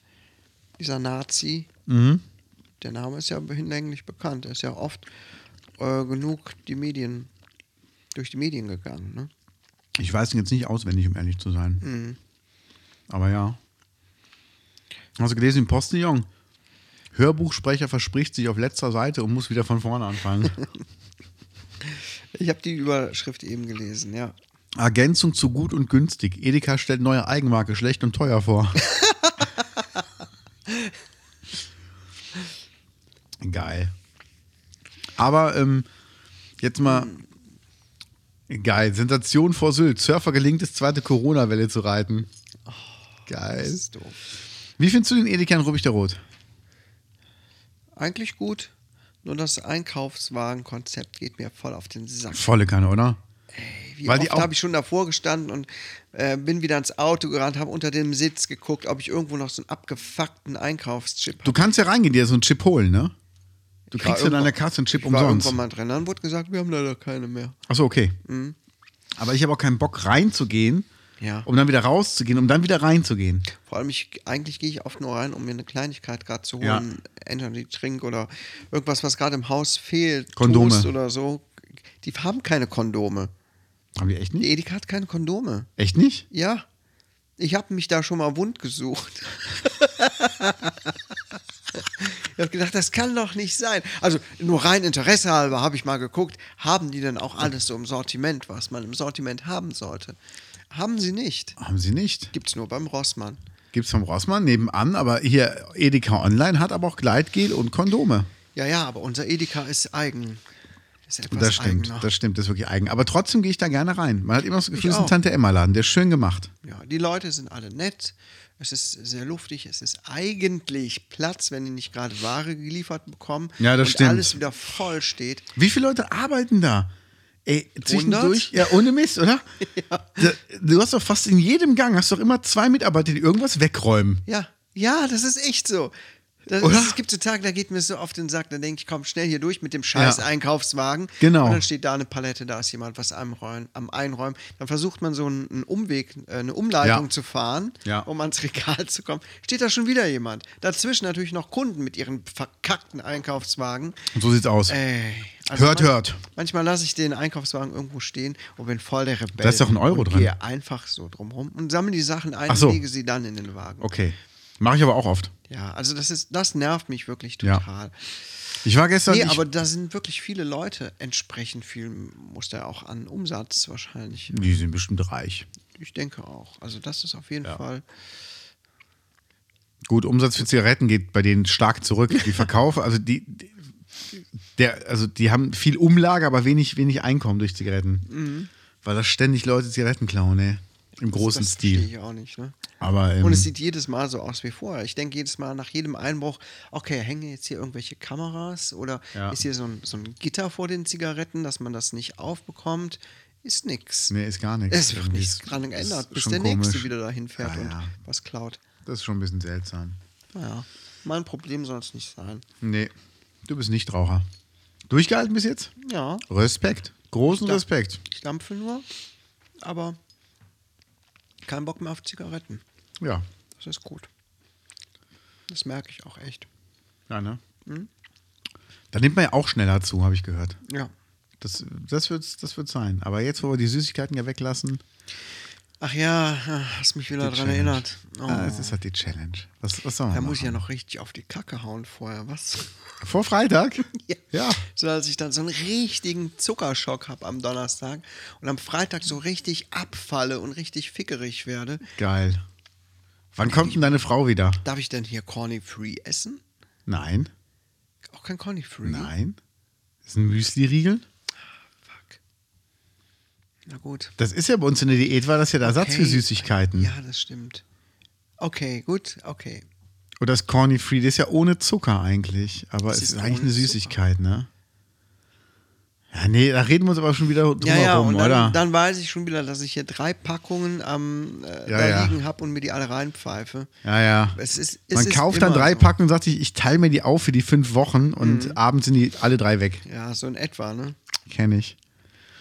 [SPEAKER 1] Dieser Nazi,
[SPEAKER 2] Mhm.
[SPEAKER 1] der Name ist ja hinlänglich bekannt. Er ist ja oft äh, genug die Medien, durch die Medien gegangen, ne?
[SPEAKER 2] Ich weiß ihn jetzt nicht auswendig, um ehrlich zu sein.
[SPEAKER 1] Mhm.
[SPEAKER 2] Aber ja. Hast du gelesen im Postillon? Hörbuchsprecher verspricht sich auf letzter Seite und muss wieder von vorne anfangen.
[SPEAKER 1] Ich habe die Überschrift eben gelesen, ja.
[SPEAKER 2] Ergänzung zu gut und günstig. Edeka stellt neue Eigenmarke schlecht und teuer vor. Geil. Aber ähm, jetzt mal. Geil. Sensation vor Sylt. Surfer gelingt es, zweite Corona-Welle zu reiten.
[SPEAKER 1] Das
[SPEAKER 2] Geil.
[SPEAKER 1] ist doof.
[SPEAKER 2] Wie findest du den Edeka in Rubik der Rot?
[SPEAKER 1] Eigentlich gut, nur das Einkaufswagenkonzept geht mir voll auf den Sack.
[SPEAKER 2] Volle Kanne, oder?
[SPEAKER 1] Wie
[SPEAKER 2] Weil die
[SPEAKER 1] oft
[SPEAKER 2] auch-
[SPEAKER 1] habe ich schon davor gestanden und äh, bin wieder ins Auto gerannt, habe unter dem Sitz geguckt, ob ich irgendwo noch so einen abgefuckten Einkaufschip
[SPEAKER 2] Du
[SPEAKER 1] habe.
[SPEAKER 2] kannst ja reingehen, dir so einen Chip holen, ne? Du
[SPEAKER 1] Ich war
[SPEAKER 2] kriegst ja in deiner
[SPEAKER 1] irgendwann-
[SPEAKER 2] Kasse einen Chip
[SPEAKER 1] Ich war
[SPEAKER 2] umsonst.
[SPEAKER 1] irgendwann Mhm. mal drin, dann wurde gesagt, wir haben leider keine mehr.
[SPEAKER 2] Achso, okay. Aber ich habe auch keinen Bock reinzugehen,
[SPEAKER 1] Ja.
[SPEAKER 2] um dann wieder rauszugehen, um dann wieder reinzugehen.
[SPEAKER 1] Vor allem, ich, eigentlich gehe ich oft nur rein, um mir eine Kleinigkeit gerade zu
[SPEAKER 2] Ja.
[SPEAKER 1] holen, Energy Drink oder irgendwas, was gerade im Haus fehlt,
[SPEAKER 2] Kondome.
[SPEAKER 1] Toast oder so. Die haben keine Kondome.
[SPEAKER 2] Haben die echt
[SPEAKER 1] Die
[SPEAKER 2] nicht?
[SPEAKER 1] Edeka hat keine Kondome.
[SPEAKER 2] Echt nicht?
[SPEAKER 1] Ja. Ich habe mich da schon mal wund gesucht. ich habe gedacht, das kann doch nicht sein. Also nur rein Interesse halber habe ich mal geguckt, haben die denn auch alles so im Sortiment, was man im Sortiment haben sollte? Haben sie nicht.
[SPEAKER 2] Haben sie nicht.
[SPEAKER 1] Gibt es nur beim Rossmann.
[SPEAKER 2] Gibt's vom Rossmann nebenan, aber hier Edeka Online hat aber auch Gleitgel und Kondome.
[SPEAKER 1] Ja, ja, aber unser Edeka ist eigen. Ist etwas
[SPEAKER 2] das stimmt,
[SPEAKER 1] eigener.
[SPEAKER 2] das stimmt, das ist wirklich eigen. Aber trotzdem gehe ich da gerne rein. Man hat immer das Gefühl, es ist ein
[SPEAKER 1] auch.
[SPEAKER 2] Tante-Emma-Laden, der ist schön gemacht.
[SPEAKER 1] Ja, die Leute sind alle nett. Es ist sehr luftig. Es ist eigentlich Platz, wenn die nicht gerade Ware geliefert bekommen.
[SPEAKER 2] Ja, das
[SPEAKER 1] und
[SPEAKER 2] stimmt.
[SPEAKER 1] alles wieder voll steht.
[SPEAKER 2] Wie viele Leute arbeiten da? Ey, zwischendurch,
[SPEAKER 1] 100?
[SPEAKER 2] ja, ohne Mist, oder? Da- Du hast doch fast in jedem Gang, hast doch immer zwei Mitarbeiter, die irgendwas wegräumen.
[SPEAKER 1] Ja, ja, das ist echt so. Das,
[SPEAKER 2] Oder?
[SPEAKER 1] Es gibt so Tage, da geht mir so auf den Sack, dann denke ich, komm schnell hier durch mit dem scheiß
[SPEAKER 2] Ja.
[SPEAKER 1] Einkaufswagen.
[SPEAKER 2] Genau.
[SPEAKER 1] Und dann steht da eine Palette, da ist jemand was am, Räumen, am Einräumen. Dann versucht man so einen, einen Umweg, äh, eine Umleitung
[SPEAKER 2] Ja.
[SPEAKER 1] zu fahren,
[SPEAKER 2] Ja.
[SPEAKER 1] um ans Regal zu kommen. Steht da schon wieder jemand. Dazwischen natürlich noch Kunden mit ihren verkackten Einkaufswagen.
[SPEAKER 2] Und so sieht's aus.
[SPEAKER 1] Ey, Also
[SPEAKER 2] Hört, hört.
[SPEAKER 1] Manchmal lasse ich den Einkaufswagen irgendwo stehen und bin voll der Rebell.
[SPEAKER 2] Da ist doch ein Euro
[SPEAKER 1] und
[SPEAKER 2] drin.
[SPEAKER 1] Gehe einfach so drumrum und sammle die Sachen ein
[SPEAKER 2] Ach so.
[SPEAKER 1] und lege sie dann in den Wagen.
[SPEAKER 2] Okay. Mache ich aber auch oft.
[SPEAKER 1] Ja, also das ist, das nervt mich wirklich
[SPEAKER 2] Ja.
[SPEAKER 1] total.
[SPEAKER 2] Ich war gestern.
[SPEAKER 1] Nee,
[SPEAKER 2] ich,
[SPEAKER 1] aber da sind wirklich viele Leute. Entsprechend viel muss da auch an Umsatz wahrscheinlich.
[SPEAKER 2] die sind bestimmt reich.
[SPEAKER 1] Ich denke auch. Also das ist auf jeden Fall.
[SPEAKER 2] Gut, Umsatz für Zigaretten geht bei denen stark zurück. Die Verkaufe, also die, die- der, also die haben viel Umlage, aber wenig, wenig Einkommen durch Zigaretten. Weil da ständig Leute Zigaretten klauen, ey. Im großen
[SPEAKER 1] Mhm. das
[SPEAKER 2] Stil.
[SPEAKER 1] Verstehe ich auch nicht. Ne?
[SPEAKER 2] Aber ähm,
[SPEAKER 1] Und es sieht jedes Mal so aus wie vorher. Ich denke jedes Mal nach jedem Einbruch, okay, hängen jetzt hier irgendwelche Kameras oder
[SPEAKER 2] Ja.
[SPEAKER 1] ist hier so ein, so ein Gitter vor den Zigaretten, dass man das nicht aufbekommt? Ist nix.
[SPEAKER 2] nee, ist gar nichts.
[SPEAKER 1] Es wird
[SPEAKER 2] Irgendwie
[SPEAKER 1] nichts
[SPEAKER 2] ist-
[SPEAKER 1] dran
[SPEAKER 2] ist
[SPEAKER 1] geändert, bis
[SPEAKER 2] schon
[SPEAKER 1] der
[SPEAKER 2] komisch.
[SPEAKER 1] Nächste wieder dahin fährt
[SPEAKER 2] Ja,
[SPEAKER 1] und
[SPEAKER 2] ja.
[SPEAKER 1] was klaut.
[SPEAKER 2] Das ist schon ein bisschen seltsam.
[SPEAKER 1] Naja, mein Problem soll es nicht sein.
[SPEAKER 2] Nee, du bist nicht Raucher. Durchgehalten bis jetzt?
[SPEAKER 1] Ja,
[SPEAKER 2] Respekt. Großen
[SPEAKER 1] Ja.
[SPEAKER 2] Respekt.
[SPEAKER 1] ich dampfe nur, aber kein Bock mehr auf Zigaretten.
[SPEAKER 2] Ja.
[SPEAKER 1] Das ist gut. Das merke ich auch echt.
[SPEAKER 2] Ja, ne?
[SPEAKER 1] Mhm.
[SPEAKER 2] Da nimmt man ja auch schneller zu, habe ich gehört.
[SPEAKER 1] Ja.
[SPEAKER 2] Das, das wird das wird's sein. Aber jetzt, wo wir die Süßigkeiten ja weglassen,
[SPEAKER 1] Ach ja, hast mich wieder daran
[SPEAKER 2] Challenge.
[SPEAKER 1] erinnert. Oh,
[SPEAKER 2] Ah, es ist halt die Challenge. Was, was soll man
[SPEAKER 1] da muss ich
[SPEAKER 2] machen?
[SPEAKER 1] ja noch richtig auf die Kacke hauen vorher, was?
[SPEAKER 2] Vor Freitag?
[SPEAKER 1] Ja.
[SPEAKER 2] ja.
[SPEAKER 1] So dass ich dann so einen richtigen Zuckerschock habe am Donnerstag und am Freitag so richtig abfalle und richtig fickerig werde.
[SPEAKER 2] Geil. Wann kommt denn deine Frau wieder?
[SPEAKER 1] Darf ich denn hier Corny Free essen? Hm?
[SPEAKER 2] Nein.
[SPEAKER 1] Auch kein Corny Free?
[SPEAKER 2] Nein. Ist ein Müsli-Riegel?
[SPEAKER 1] Fuck. Na gut.
[SPEAKER 2] Das ist ja bei uns in der Diät, war das ja der Ersatz für
[SPEAKER 1] Okay.
[SPEAKER 2] Süßigkeiten.
[SPEAKER 1] Ja, das stimmt. Okay, gut, okay.
[SPEAKER 2] Oder das Corny Free, das ist ja ohne Zucker eigentlich. Aber es
[SPEAKER 1] ist
[SPEAKER 2] ist, eigentlich
[SPEAKER 1] ohne
[SPEAKER 2] eine Süßigkeit, ne? Ja, nee, da reden wir uns aber schon wieder drüber
[SPEAKER 1] Ja, ja,
[SPEAKER 2] rum,
[SPEAKER 1] und dann,
[SPEAKER 2] oder?
[SPEAKER 1] dann weiß ich schon wieder, dass ich hier drei Packungen am äh,
[SPEAKER 2] Ja,
[SPEAKER 1] da
[SPEAKER 2] ja.
[SPEAKER 1] liegen habe und mir die alle reinpfeife.
[SPEAKER 2] ja, ja.
[SPEAKER 1] Es ist, es
[SPEAKER 2] Man
[SPEAKER 1] ist
[SPEAKER 2] kauft dann
[SPEAKER 1] immer
[SPEAKER 2] drei
[SPEAKER 1] so. Mhm.
[SPEAKER 2] Packen und sagt sich, ich teile mir die auf für die fünf Wochen und abends sind die alle drei weg.
[SPEAKER 1] Ja, so in etwa, ne?
[SPEAKER 2] Kenne ich.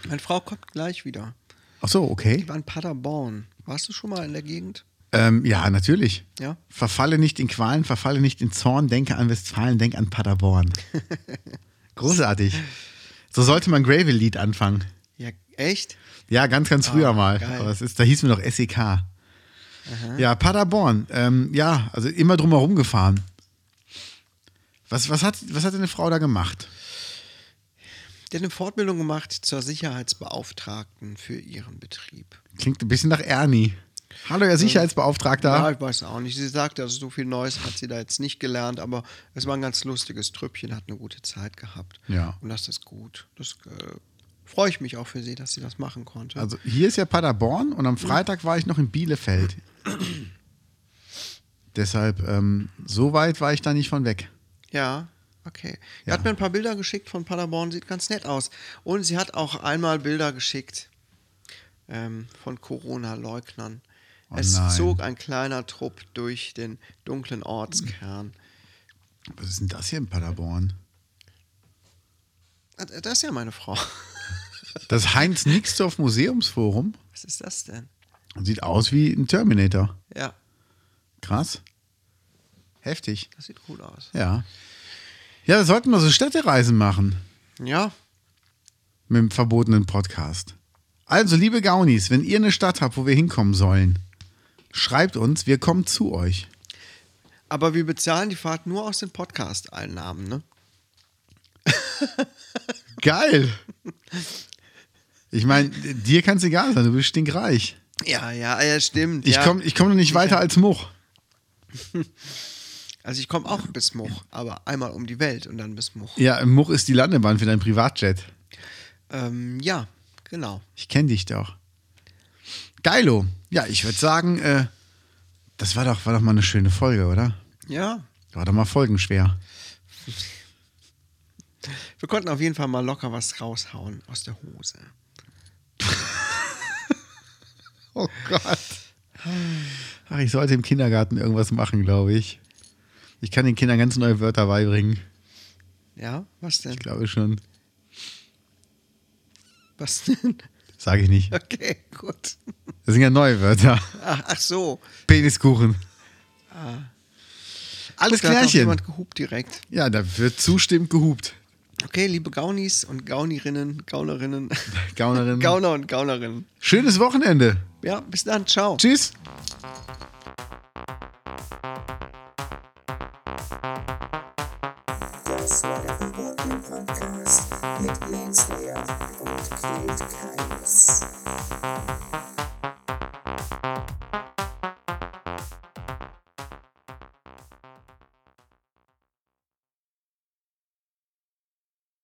[SPEAKER 1] Meine Frau kommt gleich wieder.
[SPEAKER 2] Ach so, okay.
[SPEAKER 1] Die war in Paderborn. Warst du schon mal in der Gegend?
[SPEAKER 2] Ähm, ja, natürlich.
[SPEAKER 1] Ja.
[SPEAKER 2] Verfalle nicht in Qualen, verfalle nicht in Zorn, denke an Westfalen, denke an Paderborn. Großartig. So sollte man Gravel-Lied anfangen.
[SPEAKER 1] Ja, echt?
[SPEAKER 2] Ja, ganz, ganz früher mal.
[SPEAKER 1] Ah, geil.
[SPEAKER 2] Aber es ist, da hieß mir noch SEK. Ja, Paderborn. Ähm, ja, also immer drum herum gefahren. Was, was, hat, was hat deine Frau da gemacht?
[SPEAKER 1] Die hat eine Fortbildung gemacht zur Sicherheitsbeauftragten für ihren Betrieb.
[SPEAKER 2] Klingt ein bisschen nach Ernie. Hallo, Herr
[SPEAKER 1] Ja,
[SPEAKER 2] Sicherheitsbeauftragter.
[SPEAKER 1] ich weiß auch nicht. Sie sagte, also so viel Neues hat sie da jetzt nicht gelernt, aber es war ein ganz lustiges Trüppchen, hat eine gute Zeit gehabt.
[SPEAKER 2] Ja.
[SPEAKER 1] Und das ist gut. Das äh, freue ich mich auch für sie, dass sie das machen konnte.
[SPEAKER 2] Also hier ist ja Paderborn und am Freitag war ich noch in Bielefeld. Deshalb, ähm, so weit war ich da nicht von weg.
[SPEAKER 1] Ja, okay. Sie
[SPEAKER 2] Ja.
[SPEAKER 1] hat mir ein paar Bilder geschickt von Paderborn, sieht ganz nett aus. Und sie hat auch einmal Bilder geschickt ähm, von Corona-Leugnern. es
[SPEAKER 2] Oh nein.
[SPEAKER 1] zog ein kleiner Trupp durch den dunklen Ortskern.
[SPEAKER 2] Was ist denn das hier in Paderborn?
[SPEAKER 1] Ah, Das ist ja meine Frau.
[SPEAKER 2] Das Heinz-Nixdorf Museumsforum
[SPEAKER 1] Was ist das denn?
[SPEAKER 2] sieht aus wie ein Terminator.
[SPEAKER 1] Ja,
[SPEAKER 2] Krass. Heftig.
[SPEAKER 1] das sieht cool aus.
[SPEAKER 2] Ja. Ja, wir sollten mal so Städtereisen machen
[SPEAKER 1] Ja,
[SPEAKER 2] mit dem verbotenen Podcast. Also, liebe Gaunis, wenn ihr eine Stadt habt, wo wir hinkommen sollen, schreibt uns, wir kommen zu euch.
[SPEAKER 1] aber wir bezahlen die Fahrt nur aus den Podcast-Einnahmen, ne?
[SPEAKER 2] Geil! Ich meine, dir kann es egal sein, du bist stinkreich.
[SPEAKER 1] Ja, ja, ja, stimmt.
[SPEAKER 2] Ich
[SPEAKER 1] ja.
[SPEAKER 2] komme ich komm noch nicht weiter als Much.
[SPEAKER 1] Also ich komme auch bis Much, aber einmal um die Welt und dann bis Much.
[SPEAKER 2] Ja, Much ist die Landebahn für dein Privatjet.
[SPEAKER 1] Ähm, ja, genau.
[SPEAKER 2] Ich kenne dich doch. Geilo. Ja, ich würde sagen, äh, das war doch, war doch mal eine schöne Folge, oder?
[SPEAKER 1] Ja,
[SPEAKER 2] War doch mal folgenschwer.
[SPEAKER 1] Wir konnten auf jeden Fall mal locker was raushauen aus der Hose.
[SPEAKER 2] Oh Gott. Ach, ich sollte im Kindergarten irgendwas machen, glaube ich. Ich kann den Kindern ganz neue Wörter beibringen.
[SPEAKER 1] Ja, was denn?
[SPEAKER 2] Ich glaube schon.
[SPEAKER 1] Was denn?
[SPEAKER 2] Sage ich nicht.
[SPEAKER 1] Okay, gut.
[SPEAKER 2] Das sind ja neue Wörter.
[SPEAKER 1] Ach, ach so.
[SPEAKER 2] Peniskuchen. Alles
[SPEAKER 1] Da hat auch
[SPEAKER 2] Klärchen.
[SPEAKER 1] jemand gehupt direkt.
[SPEAKER 2] Ja, da wird zustimmt gehupt.
[SPEAKER 1] Okay, liebe Gaunis und Gaunirinnen, Gaunerinnen,
[SPEAKER 2] Gaunerin.
[SPEAKER 1] Gauner und Gaunerinnen.
[SPEAKER 2] Schönes Wochenende.
[SPEAKER 1] Ja, bis dann. Ciao.
[SPEAKER 2] Tschüss.
[SPEAKER 3] Das war der Verbotene Podcast mit Lance Leer und Knut Keines.